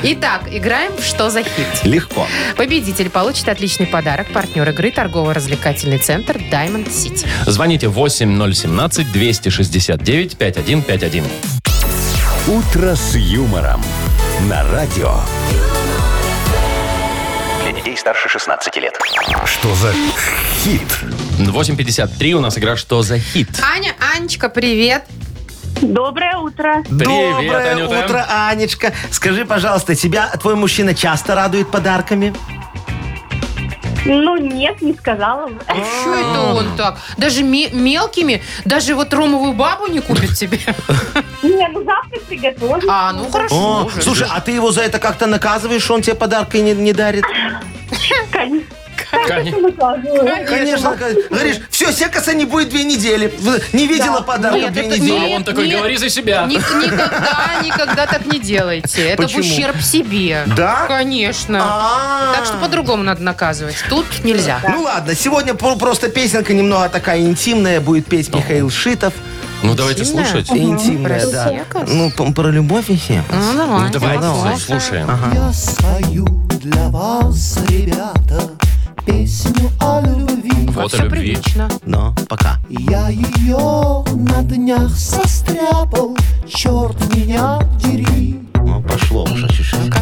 Speaker 3: Итак, играем в «Что за хит?».
Speaker 4: Легко.
Speaker 3: Победитель получит отличный подарок. Партнер игры – торгово-развлекательный центр Diamond City.
Speaker 2: Звоните 8017-269-5151.
Speaker 1: «Утро с юмором» на радио.
Speaker 6: Для детей старше 16 лет.
Speaker 1: Что за хит?
Speaker 2: 8.53 у нас игра «Что за хит?».
Speaker 4: А,
Speaker 3: Аня, Анечка, привет.
Speaker 7: Доброе утро.
Speaker 2: Привет,
Speaker 4: Доброе
Speaker 2: Анюта.
Speaker 4: утро, Анечка. Скажи, пожалуйста, тебя твой мужчина часто радует подарками?
Speaker 7: Ну, нет, не сказала.
Speaker 3: А что это он так? Даже ме- мелкими, даже вот ромовую бабу не купит тебе.
Speaker 7: Не, ну завтра приготовлю.
Speaker 3: А, ну
Speaker 4: О,
Speaker 3: хорошо. уже.
Speaker 4: слушай, а ты его за это как-то наказываешь, что он тебе подарки не, не дарит?
Speaker 7: Конечно,
Speaker 2: Кани-
Speaker 7: наказываю.
Speaker 4: Конечно. наказ- Говоришь, все, секаса не будет две недели. В- Не видела подарка
Speaker 3: Нет,
Speaker 4: две
Speaker 3: это
Speaker 4: недели.
Speaker 2: А
Speaker 3: Нет,
Speaker 2: он такой,
Speaker 3: нет.
Speaker 2: говори за себя.
Speaker 3: Ни- Никогда, никогда так не делайте. Это в
Speaker 4: Почему?
Speaker 3: ущерб себе.
Speaker 4: Да?
Speaker 3: Конечно.
Speaker 4: А.
Speaker 3: Так что по-другому надо наказывать. Тут нельзя.
Speaker 4: Ну ладно, сегодня про- просто песенка немного такая интимная будет петь Михаил Шитов.
Speaker 2: Ну, давайте
Speaker 3: Сильно?
Speaker 2: слушать.
Speaker 4: Интимная,
Speaker 3: Про
Speaker 4: да.
Speaker 3: секс?
Speaker 4: Ну, п- про любовь и секс.
Speaker 3: Ну, давай.
Speaker 2: Ну, давайте
Speaker 4: давай.
Speaker 2: слушаем.
Speaker 8: Я свою для вас, ребята, песню о любви.
Speaker 2: Вот о
Speaker 3: Все
Speaker 2: любви.
Speaker 3: прилично.
Speaker 4: Но пока.
Speaker 8: Я ее на днях состряпал, черт меня дери.
Speaker 4: Ну, пошло уже чуть-чуть.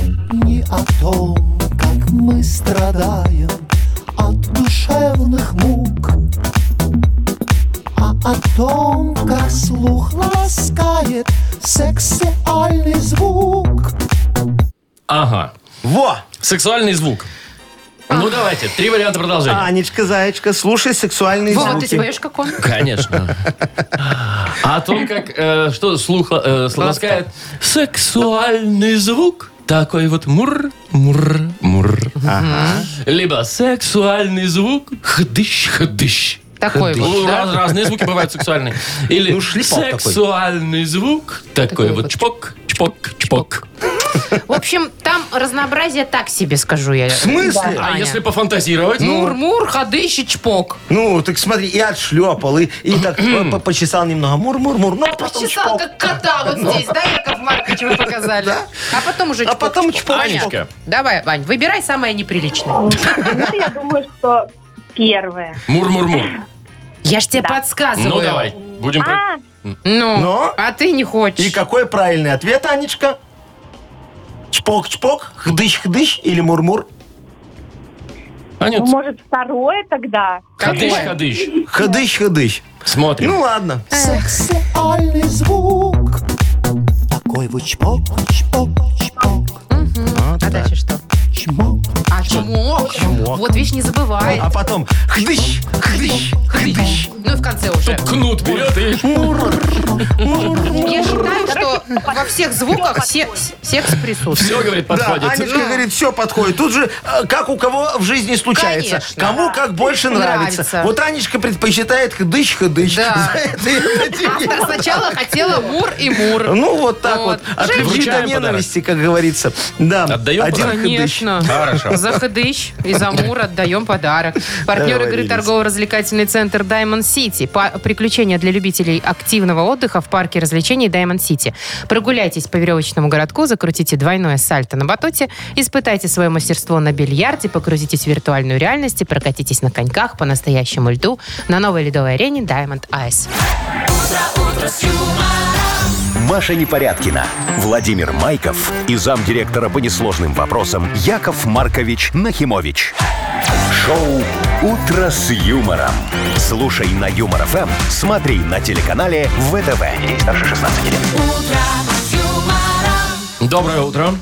Speaker 8: Не о том, как мы страдаем от душевных мук, а о том, как слух ласкает сексуальный звук.
Speaker 2: Ага.
Speaker 4: Во!
Speaker 2: Сексуальный звук. Ну, давайте. Три варианта
Speaker 3: А,
Speaker 2: продолжения.
Speaker 4: Анечка, зайчка, слушай сексуальные
Speaker 3: Вова, ты типа-
Speaker 4: звуки.
Speaker 3: тебя поешь, как он?
Speaker 2: Конечно. А о том, как э, что слух э, ласкает сексуальный звук. Такой вот мур, мур, мур. Либо сексуальный звук хдыщ, хдыщ.
Speaker 3: Такой вот,
Speaker 2: Ну,
Speaker 3: да?
Speaker 2: раз- разные звуки бывают сексуальные. Или
Speaker 4: Ну, шлепок такой.
Speaker 2: сексуальный звук. Такой,
Speaker 3: Такой
Speaker 2: вот
Speaker 3: вот.
Speaker 2: чпок, чпок, чпок.
Speaker 3: В общем, там разнообразие так себе, скажу я.
Speaker 4: В смысле?
Speaker 2: А
Speaker 3: Аня.
Speaker 2: если пофантазировать? Ну,
Speaker 3: Мур-мур, ходыщи, чпок.
Speaker 4: Ну, так смотри, и отшлепал, и, и так э, по- почесал немного. Мур-мур-мур. Ну, а потом
Speaker 3: Почесал, как
Speaker 4: чпок.
Speaker 3: кота вот здесь, да, Яков Маркович, вы показали? А потом уже
Speaker 4: А потом чпок.
Speaker 3: Аня,
Speaker 2: Анечка.
Speaker 3: давай, Вань, выбирай самое неприличное.
Speaker 7: Ну, я думаю, что первое.
Speaker 2: Мур-мур-мур.
Speaker 3: Я ж тебе
Speaker 7: Да.
Speaker 3: подсказываю.
Speaker 2: Ну, давай. Будем... про-
Speaker 7: А,
Speaker 3: Ну,
Speaker 4: Но?
Speaker 3: а ты не хочешь.
Speaker 4: И какой правильный ответ, Анечка? Чпок-чпок, хдыщ-хдыщ или мур-мур?
Speaker 2: Анют,
Speaker 3: А,
Speaker 7: Ну, может, второе тогда?
Speaker 2: ходыщ, ходыщ.
Speaker 4: Ходыщ-ходыщ.
Speaker 2: Смотрим.
Speaker 4: Ну ладно.
Speaker 8: Сексуальный звук. Такой вот чпок, чпок, чпок,
Speaker 3: А дальше что?
Speaker 8: чмок.
Speaker 3: А, чмок. Вот, видишь, не забывает.
Speaker 4: А потом хдыщ, хдыщ, хдыщ.
Speaker 3: Ну и в конце уже.
Speaker 2: Кнут берет и...
Speaker 4: Ну,
Speaker 3: Я считаю, что во всех звуках се- секс присутствует.
Speaker 2: Все, говорит,
Speaker 4: Да,
Speaker 2: подходит. Ну.
Speaker 4: Анечка говорит, все подходит. Тут же э, как у кого в жизни случается.
Speaker 3: Конечно.
Speaker 4: Кому как больше нравится.
Speaker 3: Нравится.
Speaker 4: Вот Анечка предпочитает хдыщ, хдыщ.
Speaker 3: Да. А
Speaker 4: За это я надеюсь.
Speaker 3: Автор сначала хотела мур и мур.
Speaker 4: Ну, вот так
Speaker 3: Вот.
Speaker 4: вот. От любви до
Speaker 2: Вручаем
Speaker 4: ненависти, как говорится. Да,
Speaker 2: Отдаем
Speaker 4: один
Speaker 2: подарок?
Speaker 4: хдыщ.
Speaker 3: Конечно.
Speaker 2: Хорошо.
Speaker 3: За ходыщ и за мур отдаем подарок. Партнер игры
Speaker 4: Договорились.
Speaker 3: торгово-развлекательный центр Diamond City. Па- Приключения для любителей активного отдыха в парке развлечений Diamond City. Прогуляйтесь по веревочному городку, закрутите двойное сальто на батуте, испытайте свое мастерство на бильярде, погрузитесь в виртуальную реальность и прокатитесь на коньках по настоящему льду на новой ледовой арене Diamond Ice.
Speaker 1: Маша Непорядкина, Владимир Майков и замдиректора по несложным вопросам Яков Маркович Нахимович. Шоу «Утро с юмором». Слушай на Юмор ФМ, смотри на телеканале ВТВ. Ей старше 16 лет.
Speaker 2: Доброе утро.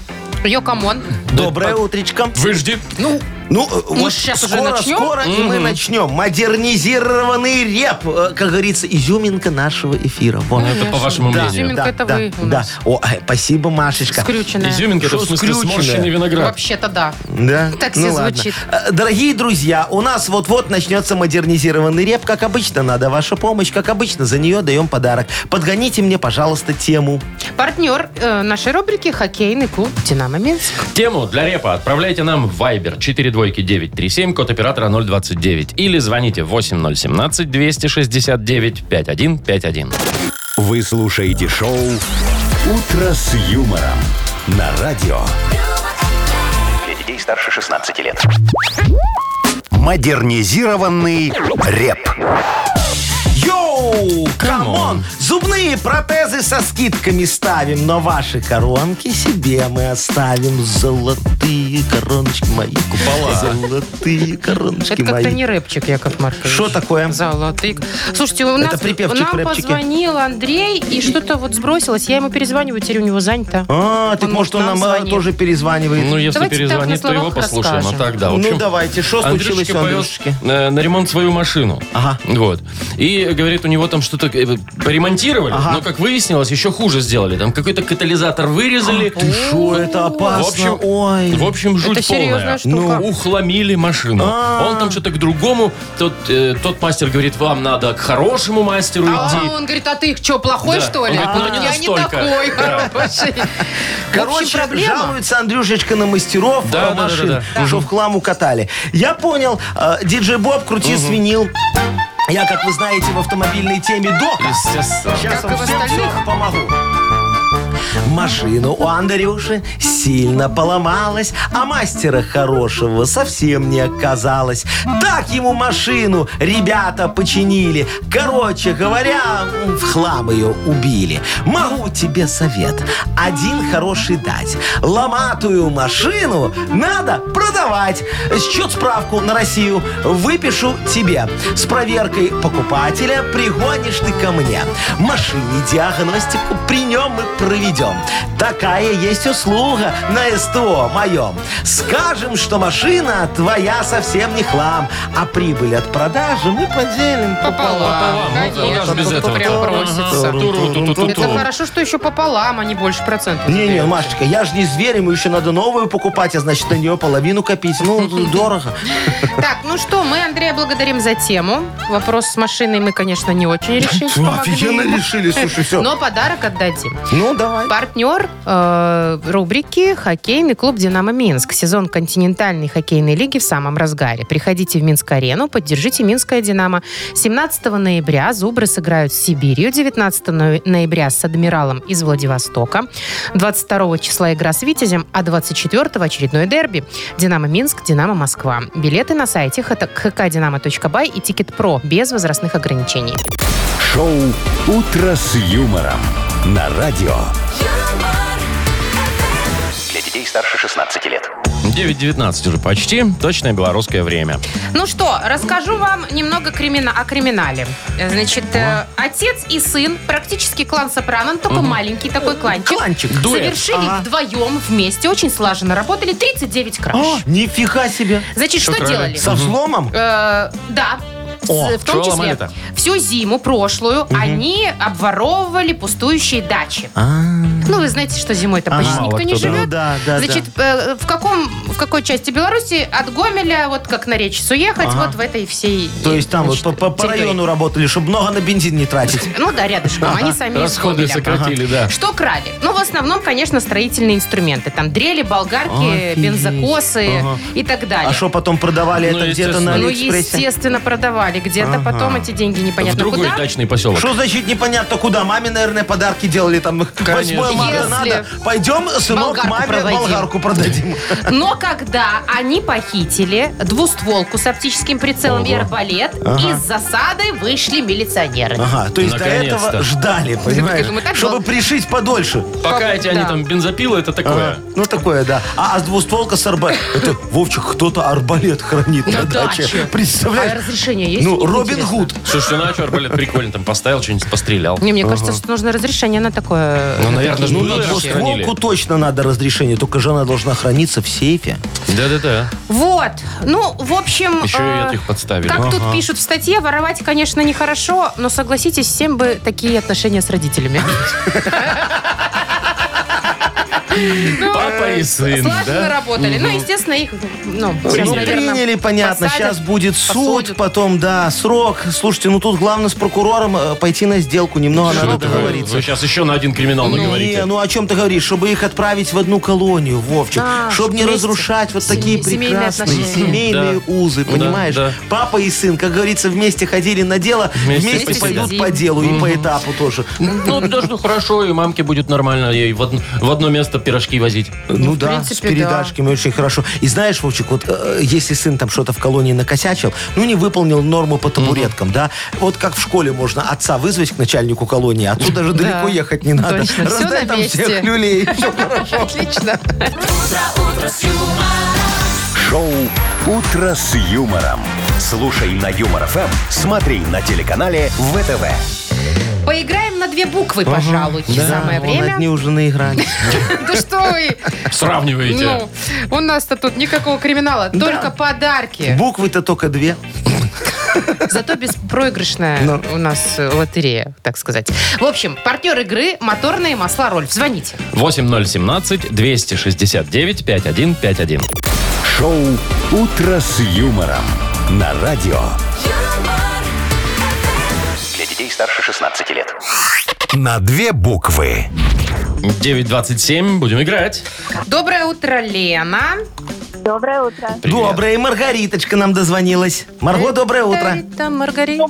Speaker 2: Э,
Speaker 3: Йо, камон.
Speaker 4: Доброе утречко.
Speaker 2: Выжди.
Speaker 4: Ну, ну, э, вот
Speaker 3: щас уже
Speaker 4: скоро,
Speaker 3: начнем?
Speaker 4: скоро и мы начнем. Модернизированный реп, э, как говорится, изюминка нашего эфира. Вот.
Speaker 2: Это по вашему
Speaker 4: Да,
Speaker 2: мнению.
Speaker 3: Изюминка это
Speaker 4: да,
Speaker 3: вы у
Speaker 4: да.
Speaker 3: нас.
Speaker 4: О, э, спасибо, Машечка.
Speaker 3: Скрюченная.
Speaker 2: Изюминка, это в
Speaker 4: Шо
Speaker 2: смысле
Speaker 4: скрюченная?
Speaker 2: сморщенный виноград.
Speaker 3: Вообще-то да.
Speaker 4: Да?
Speaker 3: Так все звучит.
Speaker 4: Э, Дорогие друзья, у нас вот-вот начнется модернизированный реп. Как обычно, надо ваша помощь. Как обычно, за нее даем подарок. Подгоните мне, пожалуйста, тему.
Speaker 3: Партнер э, нашей рубрики «Хоккейный клуб «Динамо Минск».
Speaker 2: Тему для репа отправляйте нам в Viber 42937, код оператора 029. Или звоните 8017-269-5151.
Speaker 1: Вы слушаете шоу «Утро с юмором» на радио
Speaker 6: Для детей старше 16 лет.
Speaker 1: «Модернизированный реп».
Speaker 4: Йоу,
Speaker 2: Камон.
Speaker 4: камон! Зубные протезы со скидками ставим, но ваши коронки себе мы оставим. Золотые короночки мои. Золотые короночки
Speaker 3: Это как-то
Speaker 4: мои.
Speaker 3: не рэпчик, Яков Маркович.
Speaker 4: Что такое?
Speaker 3: Золотый. Слушайте, у нас,
Speaker 4: припевчик
Speaker 3: нам
Speaker 4: в рэпчике.
Speaker 3: позвонил Андрей, и что-то вот сбросилось. Я ему перезваниваю, теперь у него занято.
Speaker 4: А, так
Speaker 3: Он
Speaker 4: может он
Speaker 3: нам
Speaker 4: нам э,
Speaker 3: звонит.
Speaker 4: тоже перезванивает.
Speaker 2: Ну, если
Speaker 3: Давайте так, на
Speaker 2: перезвонит, то его
Speaker 3: словах
Speaker 2: послушаем. А
Speaker 3: расскажем.
Speaker 2: так, да. в
Speaker 4: Ну,
Speaker 2: общем,
Speaker 4: давайте, что
Speaker 2: Андрюшечка
Speaker 4: случилось у
Speaker 2: повез,
Speaker 4: Андрюшечки?
Speaker 2: э, на ремонт свою машину.
Speaker 4: Ага.
Speaker 2: Вот. И, э, говорит, у него там что-то э, поремонтировали, но, как выяснилось, еще хуже сделали. Там какой-то катализатор вырезали.
Speaker 4: А, Ты шо, это
Speaker 2: В
Speaker 4: опасно?
Speaker 2: общем,
Speaker 4: Ой.
Speaker 2: в общем, жуть
Speaker 3: Это
Speaker 2: полная.
Speaker 3: серьезная штука.
Speaker 2: Ну, ухломили машину.
Speaker 4: А.
Speaker 2: Он там что-то к другому. Тот, э, тот мастер говорит, вам надо к хорошему мастеру
Speaker 3: А
Speaker 2: идти.
Speaker 3: он говорит, а ты что, плохой,
Speaker 2: Да.
Speaker 3: что ли?
Speaker 2: Он говорит, ну, не
Speaker 3: я не
Speaker 2: настолько.
Speaker 3: такой
Speaker 2: Да.
Speaker 3: хороший. В общем,
Speaker 4: Короче,
Speaker 3: проблема.
Speaker 4: жалуется Андрюшечка на мастеров
Speaker 2: Да,
Speaker 4: э,
Speaker 2: да, да,
Speaker 4: машин,
Speaker 2: да, да.
Speaker 4: что в хлам укатали. Я понял, э, диджей Боб, крути свинил. Я, как вы знаете, в автомобильной теме дока.
Speaker 2: Естественно.
Speaker 4: Сейчас
Speaker 3: Как и
Speaker 4: вам
Speaker 3: в
Speaker 4: всем
Speaker 3: остальных.
Speaker 4: всё помогу. Машина у Андрюши сильно поломалась, а мастера хорошего совсем не оказалось. Так ему машину ребята починили. Короче говоря, в хлам ее убили. Могу тебе совет один хороший дать. Ломатую машину надо продавать. Счет справку на Россию выпишу тебе. С проверкой покупателя пригонишь ты ко мне. Машине диагностику при нем мы проведем. Такая есть услуга на СТО моем. Скажем, что машина твоя совсем не хлам, а прибыль от продажи мы поделим
Speaker 2: Ну, а
Speaker 3: Пополам, конечно.
Speaker 2: куда ж без
Speaker 3: тут
Speaker 2: этого?
Speaker 3: Прям
Speaker 2: Ага.
Speaker 3: просится. Это
Speaker 2: Ту-ру-ту-ту-ту.
Speaker 3: хорошо, что еще пополам, а не больше процентов.
Speaker 4: Не-не, Машечка, я же не зверь, ему еще надо новую покупать, а значит, на нее половину копить. Ну, дорого.
Speaker 3: Так, ну что, мы Андрея благодарим за тему. Вопрос с машиной мы, конечно, не очень решили. помогли ему.
Speaker 4: решили, слушай, все.
Speaker 3: Но подарок отдадим.
Speaker 4: Ну, давай.
Speaker 3: Партнер э, рубрики «Хоккейный клуб «Динамо Минск». Сезон континентальной хоккейной лиги в самом разгаре. Приходите в Минск-арену, поддержите «Минское Динамо». 17 ноября «Зубры» сыграют с Сибирью, 19 но- ноября с «Адмиралом» из Владивостока, 22 числа игра с «Витязем», а 24 очередное дерби «Динамо Минск», «Динамо Москва». Билеты на сайте хкдинамо.бай и «Тикет.Про» без возрастных ограничений.
Speaker 1: Шоу «Утро с юмором» на радио.
Speaker 6: Для детей старше 16 лет.
Speaker 2: 9.19 уже почти. Точное белорусское время.
Speaker 3: Ну что, расскажу вам немного кримина- о криминале. Э, Значит, э, отец и сын, практически клан Сопрано, но только маленький такой кланчик.
Speaker 4: Кланчик.
Speaker 2: Дуэт.
Speaker 3: Совершили вдвоем вместе, очень слаженно работали, 39 краж.
Speaker 4: А, нифига себе.
Speaker 3: Значит, что,
Speaker 2: крали?
Speaker 3: делали?
Speaker 4: Со взломом?
Speaker 3: Э, да.
Speaker 4: О,
Speaker 3: С- в том
Speaker 2: чего
Speaker 3: числе
Speaker 2: ломали-то?
Speaker 3: всю зиму прошлую они обворовывали пустующие дачи. Ну, вы знаете, что зимой-то почти
Speaker 2: мало
Speaker 3: никто
Speaker 2: кто,
Speaker 3: не
Speaker 2: да.
Speaker 3: живет.
Speaker 4: Ну А. да, да,
Speaker 3: Значит, э, в, каком, в какой части Беларуси от Гомеля, вот как на речицу ехать, вот в этой всей...
Speaker 4: То есть там вот
Speaker 3: значит,
Speaker 4: по, по- по
Speaker 3: территории.
Speaker 4: району работали, чтобы много на бензин не тратить.
Speaker 3: Ну да, рядышком. Они сами из
Speaker 2: Расходы
Speaker 3: Гомеля.
Speaker 2: сократили, да.
Speaker 3: Что крали? Ну, в основном, конечно, строительные инструменты. Там дрели, болгарки,
Speaker 4: Офигеть.
Speaker 3: бензокосы и так далее.
Speaker 4: А что потом продавали
Speaker 2: Ну,
Speaker 4: это где-то
Speaker 2: естественно.
Speaker 4: на
Speaker 3: ну,
Speaker 4: Алиэкспрессе?
Speaker 3: естественно, продавали где-то, потом эти деньги
Speaker 2: в
Speaker 3: непонятно
Speaker 2: другой
Speaker 3: куда.
Speaker 2: дачный поселок.
Speaker 4: Что значит непонятно куда? Маме, наверное, подарки делали там. 8 марта
Speaker 3: Если-
Speaker 4: надо. Пойдем, сынок,
Speaker 3: Болгарку
Speaker 4: маме
Speaker 3: продадим.
Speaker 4: болгарку продадим.
Speaker 3: Но когда они похитили двустволку с оптическим прицелом и арбалет, из засады вышли милиционеры.
Speaker 4: Ага, то есть до
Speaker 2: Наконец-то.
Speaker 4: этого ждали, понимаешь?
Speaker 3: думаю, Ну, так
Speaker 4: Чтобы
Speaker 3: было.
Speaker 4: пришить подольше.
Speaker 2: Пока эти они
Speaker 3: да.
Speaker 2: там бензопилы, это такое.
Speaker 4: Ага, Ну, такое, да. А, а с двустволка с арбалетом. Это, Вовчик, кто-то арбалет хранит
Speaker 3: На
Speaker 4: на даче.
Speaker 3: даче. Ну А
Speaker 4: Представляешь?
Speaker 3: разрешение есть?
Speaker 4: Ну, Робин
Speaker 3: Интересно.
Speaker 4: Гуд.
Speaker 2: Слушай, ну а что, арбалет прикольно, там поставил, что-нибудь пострелял.
Speaker 3: Не, мне кажется, что нужно разрешение на такое.
Speaker 2: Ну, наверное, же
Speaker 4: Ну,
Speaker 2: было
Speaker 4: на
Speaker 2: раньше хранили.
Speaker 4: двустволку точно надо разрешение, только же она должна храниться в сейфе.
Speaker 2: Да-да-да.
Speaker 3: Вот. Ну, в общем...
Speaker 2: Еще и
Speaker 3: э,
Speaker 2: этих подставили.
Speaker 3: Как тут пишут в статье, воровать, конечно, нехорошо, но согласитесь, всем бы такие отношения с родителями. Ну,
Speaker 2: Папа и сын,
Speaker 3: Слаженно
Speaker 2: да?
Speaker 3: работали. Ну, естественно, их, ну, сейчас,
Speaker 4: Ну,
Speaker 3: наверное,
Speaker 4: приняли, понятно.
Speaker 3: посадят,
Speaker 4: Сейчас будет суд,
Speaker 3: посадят.
Speaker 4: потом, да, срок. Слушайте, ну тут главное с прокурором э, пойти на сделку. Немного
Speaker 2: Что
Speaker 4: надо
Speaker 2: это вы-
Speaker 4: договориться.
Speaker 2: Вы сейчас еще на один криминал
Speaker 4: Не,
Speaker 2: наговорите.
Speaker 4: ну о чем ты говоришь? Чтобы их отправить в одну колонию, Вовчик.
Speaker 3: А,
Speaker 4: чтобы не
Speaker 3: вместе.
Speaker 4: разрушать вот
Speaker 3: Семи-
Speaker 4: такие
Speaker 3: семейные
Speaker 4: прекрасные
Speaker 3: отношения.
Speaker 4: семейные
Speaker 2: Да.
Speaker 4: узы,
Speaker 2: Да,
Speaker 4: понимаешь?
Speaker 2: да.
Speaker 4: Папа и сын, как говорится, вместе ходили на дело,
Speaker 2: Вместе
Speaker 4: вместе,
Speaker 2: посидят.
Speaker 4: пойдут по делу и по этапу тоже.
Speaker 2: Ну, даже ну, хорошо, и мамке будет нормально ей в одно, в одно место пирожки возить.
Speaker 4: Ну
Speaker 3: в
Speaker 4: да, с
Speaker 3: принципе,
Speaker 4: передачками очень хорошо. И знаешь, Вовчик, вот э, если сын там что-то в колонии накосячил, ну не выполнил норму по табуреткам, да, вот как в школе можно отца вызвать к начальнику колонии, а тут даже далеко ехать не надо.
Speaker 3: Точно, всё
Speaker 4: Раздай
Speaker 3: на
Speaker 4: там
Speaker 3: месте.
Speaker 4: всех люлей. Всё хорошо.
Speaker 3: Отлично.
Speaker 1: Шоу «Утро с юмором». Слушай на Юмор ФМ, смотри на телеканале ВТВ.
Speaker 3: Поиграем на две буквы, пожалуй. Самое
Speaker 4: Да, вон Одни
Speaker 3: время.
Speaker 4: уже наигрались.
Speaker 3: Да что вы...
Speaker 2: Сравниваете.
Speaker 3: Ну, у нас-то тут никакого криминала, только подарки.
Speaker 4: Буквы-то только две.
Speaker 3: Зато беспроигрышная
Speaker 4: Ну.
Speaker 3: у нас э, лотерея, так сказать. В общем, партнер игры «Моторные масла Рольф». Звоните.
Speaker 2: 8017-269-5151.
Speaker 1: Шоу «Утро с юмором» на радио.
Speaker 6: Для детей старше 16 лет.
Speaker 1: На две буквы.
Speaker 2: 9.27, будем играть.
Speaker 3: Доброе утро, Лена.
Speaker 7: Доброе утро.
Speaker 2: Привет.
Speaker 4: Доброе, и Маргариточка нам дозвонилась. Марго, доброе утро.
Speaker 3: Маргарита, Маргарита.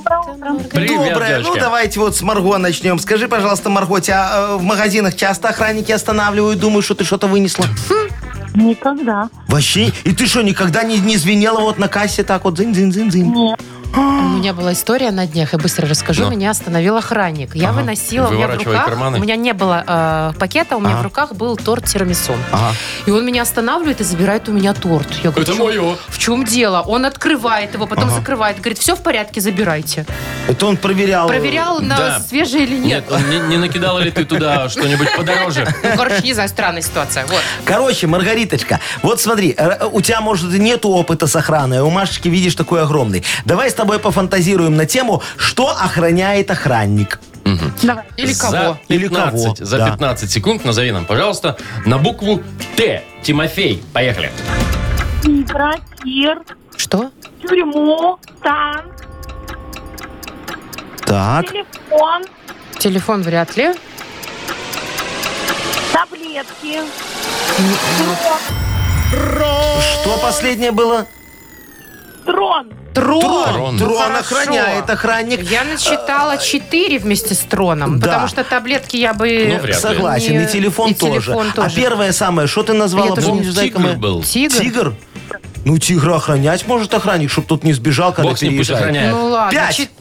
Speaker 2: Привет,
Speaker 4: Доброе.
Speaker 2: девочка.
Speaker 4: Ну, давайте вот с Марго начнем. Скажи, пожалуйста, Марго, тебя э, в магазинах часто охранники останавливают, думаю, что ты что-то вынесла?
Speaker 7: Никогда.
Speaker 4: Вообще? И ты что, никогда не, не звенела вот на кассе так вот дзынь-дзынь-дзынь-дзынь?
Speaker 3: У меня была история на днях, я быстро расскажу.
Speaker 2: Ну.
Speaker 3: Меня остановил охранник. Я
Speaker 2: Ага.
Speaker 3: выносила, у меня в
Speaker 2: Выворачивай
Speaker 3: руках...
Speaker 2: карманы.
Speaker 3: У меня не было э, пакета, у меня в руках был торт тирамису. И он меня останавливает и забирает у меня торт. Я говорю,
Speaker 2: А. Это
Speaker 3: «В чём-
Speaker 2: мое.
Speaker 3: В чем дело? Он открывает его, потом закрывает. Говорит, все в порядке, забирайте.
Speaker 4: Это он проверял.
Speaker 3: Проверял,
Speaker 2: Да.
Speaker 3: на свежее или нет.
Speaker 2: Нет, он не, не накидала ли ты туда что-нибудь подороже?
Speaker 3: Ну, короче, не знаю, странная ситуация. Вот.
Speaker 4: Короче, Маргариточка, вот смотри, р- у тебя, может, и нету опыта с охраной, а у Машечки, видишь, такой огромный. Давай с тобой пофантазируем на тему, что охраняет охранник.
Speaker 3: Или кого?
Speaker 2: За
Speaker 4: Или кого,
Speaker 2: 15, За
Speaker 4: да.
Speaker 2: 15 секунд назови нам, пожалуйста, на букву Т. Тимофей. Поехали.
Speaker 7: Бракир,
Speaker 3: Что?
Speaker 7: тюрьму, танк,
Speaker 4: Так.
Speaker 7: телефон,
Speaker 3: Телефон вряд ли.
Speaker 7: таблетки.
Speaker 4: Что последнее было?
Speaker 7: Трон.
Speaker 3: Трон. Ну,
Speaker 2: Трон.
Speaker 4: Трон
Speaker 3: Хорошо.
Speaker 4: охраняет охранник.
Speaker 3: Я насчитала 4 вместе с троном,
Speaker 4: Да.
Speaker 3: потому что таблетки я бы...
Speaker 2: Ну, вряд ли.
Speaker 4: Согласен,
Speaker 3: Не-
Speaker 4: и телефон
Speaker 3: и
Speaker 4: тоже.
Speaker 3: телефон
Speaker 4: А
Speaker 3: тоже.
Speaker 4: первое самое, что ты
Speaker 3: Я
Speaker 4: назвала,
Speaker 3: тоже
Speaker 4: помнишь,
Speaker 3: не-
Speaker 4: зайка
Speaker 2: Тигр
Speaker 4: моя?
Speaker 2: был.
Speaker 3: Тигр? Ну
Speaker 4: Тигр? Ну, тигра охранять может охранник, чтобы тут не сбежал, когда
Speaker 2: Бог с ним пусть
Speaker 4: переезжает.
Speaker 2: охраняет.
Speaker 3: Ну ладно.
Speaker 4: Пять.
Speaker 3: чет-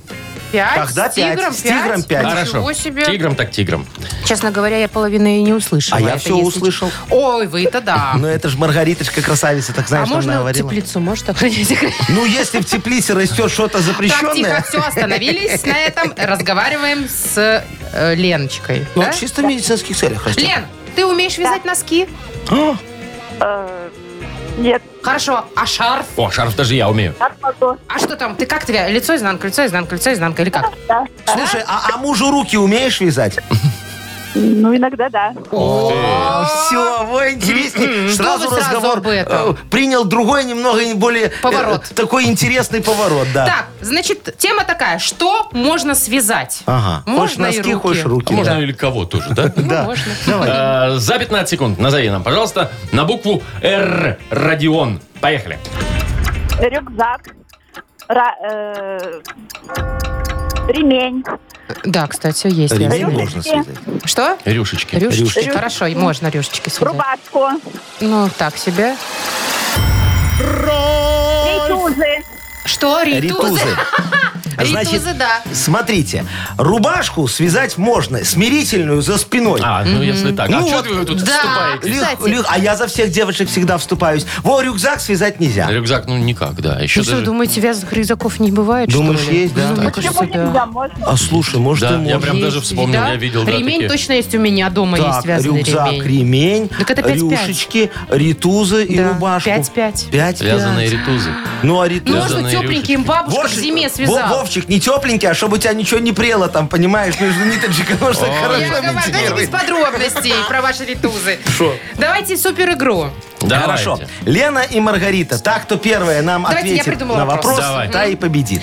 Speaker 3: Пять?
Speaker 4: Тогда
Speaker 3: с
Speaker 4: пять.
Speaker 3: тигром
Speaker 4: С тигром пять.
Speaker 3: Ничего
Speaker 2: Хорошо.
Speaker 3: себе.
Speaker 2: Тигром так тигром.
Speaker 3: Честно говоря, я половины и не услышала.
Speaker 4: А я
Speaker 3: Это
Speaker 4: всё
Speaker 3: если-
Speaker 4: услышал.
Speaker 3: Ой, вы-то да.
Speaker 4: Ну это же Маргариточка красавица, так
Speaker 3: А
Speaker 4: знаешь, что она
Speaker 3: можно
Speaker 4: говорила.
Speaker 3: теплицу, может, охранять?
Speaker 4: Ну если в теплице растет что-то
Speaker 3: Так, тихо,
Speaker 4: запрещенное...
Speaker 3: все, остановились на этом. Разговариваем с э, Леночкой.
Speaker 4: Ну,
Speaker 3: да?
Speaker 4: чисто в медицинских целях растет.
Speaker 3: Лен, ты умеешь вязать носки?
Speaker 7: Э, Нет,
Speaker 3: Хорошо. А шарф?
Speaker 2: О, шарф даже я умею.
Speaker 7: от потом.
Speaker 3: А что там? Ты как тебя? Лицо изнанка, лицо изнанка, лицо изнанка. Или как?
Speaker 7: Да.
Speaker 4: Слушай, а, а мужу руки умеешь вязать?
Speaker 7: Ну, иногда да.
Speaker 4: Все, во, интереснее.
Speaker 3: М-м-м, Что
Speaker 4: Сразу
Speaker 3: вы сразу
Speaker 4: разговор
Speaker 3: об этом?
Speaker 4: э, принял другой, немного более... э,
Speaker 3: Поворот.
Speaker 4: Такой интересный поворот, да.
Speaker 3: Так, значит, тема такая. Что можно связать?
Speaker 4: Ага. Хочешь
Speaker 3: Можно и
Speaker 4: носки,
Speaker 3: руки.
Speaker 4: хочешь
Speaker 2: А
Speaker 4: руки.
Speaker 2: можно
Speaker 4: да.
Speaker 2: или кого тоже, да?
Speaker 3: Ну, можно.
Speaker 2: Э, За 15 секунд назови нам, пожалуйста, на букву Р. Родион. Поехали.
Speaker 7: Рюкзак. Ра- э, Ремень.
Speaker 3: Да, кстати, есть.
Speaker 4: Ремень
Speaker 3: Лен.
Speaker 4: можно связать.
Speaker 3: Что?
Speaker 2: Рюшечки.
Speaker 3: Рюшечки.
Speaker 4: Рюшечки.
Speaker 3: Хорошо, и можно рюшечки связать.
Speaker 7: Рубашку.
Speaker 3: Ну, так себе.
Speaker 7: Рейтузы.
Speaker 3: Что, ритузы?
Speaker 4: Ритузы.
Speaker 3: Ритузы, да.
Speaker 4: Смотрите, рубашку связать можно, смирительную за спиной.
Speaker 2: А, ну если так. А
Speaker 4: Ну
Speaker 2: что
Speaker 4: вот,
Speaker 2: вы тут
Speaker 3: да.
Speaker 2: вступаете?
Speaker 4: Лю-
Speaker 3: кстати.
Speaker 4: лю- а я за всех девочек всегда вступаюсь. Во, рюкзак связать нельзя.
Speaker 2: Рюкзак, ну никак, да. Еще
Speaker 3: Вы что,
Speaker 2: даже...
Speaker 3: думаете, вязаных рюкзаков не бывает,
Speaker 4: Думаешь,
Speaker 3: что ли?
Speaker 4: есть, да?
Speaker 3: Ну, мне
Speaker 4: Так.
Speaker 3: кажется,
Speaker 7: Чего нельзя?
Speaker 3: да.
Speaker 7: Можно.
Speaker 4: А слушай,
Speaker 2: Да,
Speaker 4: может, и
Speaker 2: я
Speaker 4: можно.
Speaker 2: прям даже
Speaker 3: Есть,
Speaker 2: вспомнил,
Speaker 3: да?
Speaker 2: я видел, да,
Speaker 3: Ремень
Speaker 2: такие.
Speaker 3: точно есть у меня дома, есть
Speaker 4: Так,
Speaker 3: вязаный
Speaker 4: рюкзак,
Speaker 3: ремень.
Speaker 4: ремень,
Speaker 3: Так это пять-пять.
Speaker 4: рюшечки, ритузы и
Speaker 3: Да,
Speaker 4: рубашку.
Speaker 3: пять-пять.
Speaker 4: Пять-пять.
Speaker 2: Связанные ритузы.
Speaker 4: Ну, а ритузы...
Speaker 3: Нужно
Speaker 2: Вязаные
Speaker 3: тепленьким
Speaker 2: рюшечки.
Speaker 3: бабушка в
Speaker 4: Вовчик-
Speaker 3: зиме
Speaker 4: Во-
Speaker 3: связал.
Speaker 4: Вовчик, не тепленький, а чтобы у тебя ничего не прело там, понимаешь, Ну, между ниточек, оно ж так хорошо
Speaker 3: Яков Маркович, давайте без
Speaker 4: вентилирует.
Speaker 3: подробностей про ваши ритузы. Давайте супер игру.
Speaker 2: Давайте.
Speaker 4: Хорошо. Лена и Маргарита. Так, кто первая нам
Speaker 3: Давайте, я
Speaker 4: ответит
Speaker 3: придумала
Speaker 4: на
Speaker 3: вопрос.
Speaker 4: вопрос,
Speaker 2: Давай.
Speaker 4: та и победит.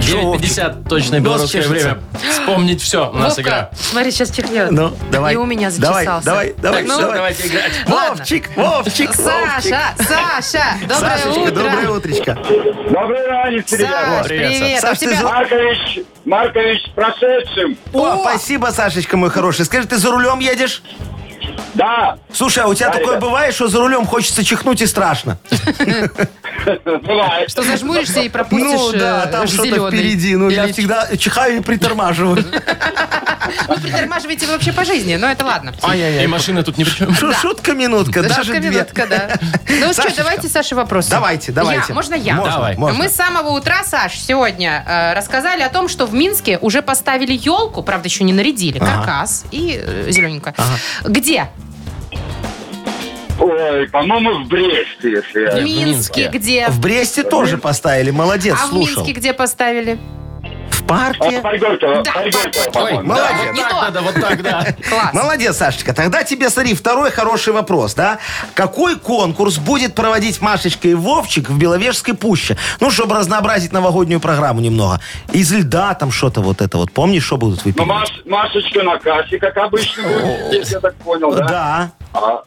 Speaker 2: 9.50, точное
Speaker 4: Нос
Speaker 2: белорусское
Speaker 4: чешется.
Speaker 2: время. Вспомнить все. У нас
Speaker 3: Вовка,
Speaker 2: игра.
Speaker 3: смотри, сейчас чернет.
Speaker 4: Ну, давай.
Speaker 3: И у меня
Speaker 4: Давай,
Speaker 3: зачесался.
Speaker 4: Давай, давай,
Speaker 3: Ну,
Speaker 4: давай.
Speaker 2: Давайте играть.
Speaker 3: ладно.
Speaker 4: Вовчик, Вовчик, Вовчик.
Speaker 3: Саша, Саша, доброе
Speaker 4: Сашечка,
Speaker 3: утро.
Speaker 4: доброе утречко.
Speaker 9: Добрый ранец,
Speaker 3: Саш,
Speaker 9: ребята.
Speaker 2: Привет,
Speaker 3: привет.
Speaker 4: Саш,
Speaker 3: А у
Speaker 4: ты
Speaker 3: тебя-
Speaker 4: за-
Speaker 9: Маркович, Маркович, с прошедшим.
Speaker 4: О, спасибо, Сашечка, мой хороший. Скажи, ты за рулем едешь?
Speaker 9: Да,
Speaker 4: Слушай, а у тебя
Speaker 9: Да,
Speaker 4: такое
Speaker 9: ребят.
Speaker 4: бывает, что за рулем хочется чихнуть и страшно?
Speaker 9: бывает.
Speaker 3: Что зажмуришься и пропустишь
Speaker 4: Ну да, а
Speaker 3: э,
Speaker 4: там что-то
Speaker 3: зеленый.
Speaker 4: впереди. Ну, я
Speaker 3: Или-
Speaker 4: всегда чихаю и притормаживаю.
Speaker 3: Ну, притормаживайте вы вообще по жизни, но это ладно.
Speaker 2: И машина тут ни при чем.
Speaker 4: Шу- Шутка минутка,
Speaker 3: Да
Speaker 4: даже
Speaker 3: шутка,
Speaker 4: две.
Speaker 3: минутка, да. Ну что,
Speaker 4: Сашечка.
Speaker 3: давайте Саше вопросы.
Speaker 4: Давайте, давайте.
Speaker 3: Я, можно я?
Speaker 4: Можно,
Speaker 2: Давай.
Speaker 4: можно.
Speaker 3: Мы с самого утра, Саш, сегодня э, рассказали о том, что в Минске уже поставили елку, правда, еще не нарядили, каркас и э, зелененькая. Где?
Speaker 9: Ой, по-моему, в Бресте, если
Speaker 3: В
Speaker 9: я...
Speaker 3: Минске,
Speaker 2: Э, Минске.
Speaker 3: где?
Speaker 4: В Бресте тоже поставили, молодец,
Speaker 3: а в
Speaker 4: слушал.
Speaker 3: Минске где поставили?
Speaker 4: В
Speaker 9: А,
Speaker 4: парке?
Speaker 9: Паргорького,
Speaker 3: Да,
Speaker 9: Паргорького,
Speaker 2: Ой,
Speaker 9: по-моему.
Speaker 2: да,
Speaker 4: молодец.
Speaker 2: вот
Speaker 3: Не
Speaker 2: так
Speaker 3: то.
Speaker 2: надо, вот так, да.
Speaker 3: Класс.
Speaker 4: Молодец, Сашечка. Тогда тебе, смотри, второй хороший вопрос, да? Какой конкурс будет проводить Машечка и Вовчик в Беловежской пуще? Ну, чтобы разнообразить новогоднюю программу немного. Из льда там что-то вот это вот. Помнишь, что будут
Speaker 9: Ну,
Speaker 4: выпивать?
Speaker 9: Маш- Машечка на кассе, как обычно, будет, если я так понял, да?
Speaker 4: Да,
Speaker 9: А,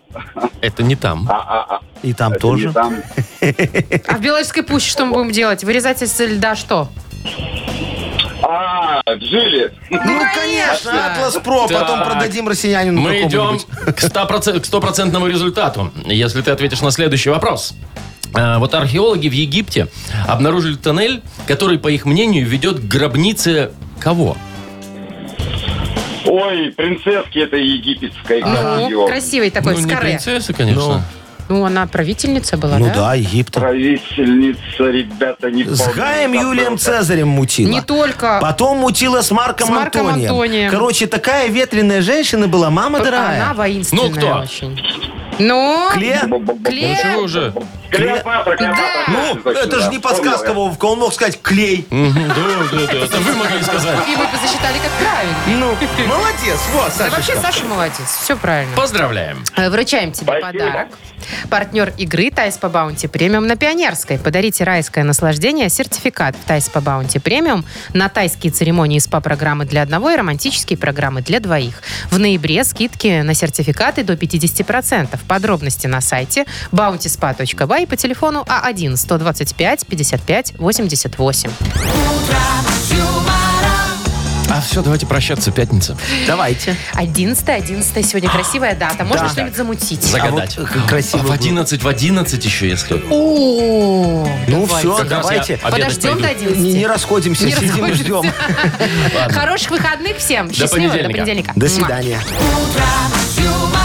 Speaker 2: Это не там.
Speaker 9: а, а, а,
Speaker 4: и там
Speaker 9: это
Speaker 4: тоже.
Speaker 9: не там.
Speaker 3: А в Белорусской пуще что мы будем делать? Вырезать из льда что?
Speaker 9: А, Джили.
Speaker 4: Ну, конечно, Атлас Про, а потом
Speaker 2: Так.
Speaker 4: продадим россиянину
Speaker 2: Мы идем
Speaker 4: какому-нибудь.
Speaker 2: к 100% к стопроцентному результату, если ты ответишь на следующий вопрос. А, Вот археологи в Египте обнаружили тоннель, который, по их мнению, ведет к гробнице кого?
Speaker 9: Ой, принцесски это египетской. как
Speaker 3: Ну,
Speaker 9: его,
Speaker 3: красивый такой,
Speaker 2: ну,
Speaker 3: с
Speaker 2: не
Speaker 3: каре.
Speaker 2: принцесса, конечно.
Speaker 3: Ну, она правительница была,
Speaker 4: Ну
Speaker 3: да?
Speaker 4: да, Египт.
Speaker 9: Правительница, ребята, не
Speaker 4: С
Speaker 9: помню,
Speaker 4: Гаем
Speaker 9: как
Speaker 4: Юлием
Speaker 9: было.
Speaker 4: Цезарем мутила.
Speaker 3: Не только.
Speaker 4: Потом мутила с Марком,
Speaker 3: С Марком
Speaker 4: Антонием.
Speaker 3: Антонием.
Speaker 4: Короче, такая ветреная женщина была, мама дорогая.
Speaker 3: Она воинственная
Speaker 2: Ну, кто?
Speaker 3: очень. Ну,
Speaker 4: Кле?
Speaker 3: Кле-
Speaker 2: Ну, чего уже?
Speaker 9: Клеопатра, Клеопатра.
Speaker 4: Ну,
Speaker 9: точно, да,
Speaker 4: это же не
Speaker 9: вспомнил
Speaker 4: подсказка,
Speaker 9: я.
Speaker 4: Вовка, он мог сказать клей.
Speaker 2: Мгм, Ну, Да, да, да. Это вы могли сказать.
Speaker 3: И вы бы засчитали как правильно.
Speaker 4: Ну, молодец, вот,
Speaker 3: Да вообще,
Speaker 4: Сашечка.
Speaker 3: Саша молодец. Все правильно.
Speaker 2: Поздравляем.
Speaker 3: Э, Вручаем тебе
Speaker 9: Спасибо.
Speaker 3: подарок. Партнер игры «Тайс по баунти премиум» на Пионерской. Подарите райское наслаждение, сертификат в «Тайс по баунти премиум» на тайские церемонии СПА-программы для одного и романтические программы для двоих. В ноябре скидки на сертификаты до 50%. Подробности на сайте bountyspa.by и по телефону А А1 125 55 88.
Speaker 2: А все, давайте прощаться, пятница.
Speaker 4: Давайте.
Speaker 3: 11 11 сегодня красивая дата. Можно
Speaker 4: Да.
Speaker 3: что-нибудь замутить?
Speaker 2: Загадать.
Speaker 4: А вот как красиво
Speaker 2: в
Speaker 4: было.
Speaker 2: 11, в 11 еще, если...
Speaker 3: О,
Speaker 4: Ну
Speaker 3: давайте.
Speaker 4: все,
Speaker 2: Как раз я
Speaker 4: давайте.
Speaker 2: обедать
Speaker 3: Подождем
Speaker 2: пойду.
Speaker 3: до 11.
Speaker 4: Не, не расходимся,
Speaker 3: Не
Speaker 4: сидим и
Speaker 3: расходимся.
Speaker 4: ждем.
Speaker 2: Ладно.
Speaker 3: Хороших выходных всем. Счастливо. До
Speaker 2: понедельника.
Speaker 3: понедельника.
Speaker 4: До
Speaker 3: Муа.
Speaker 4: свидания.
Speaker 8: humor.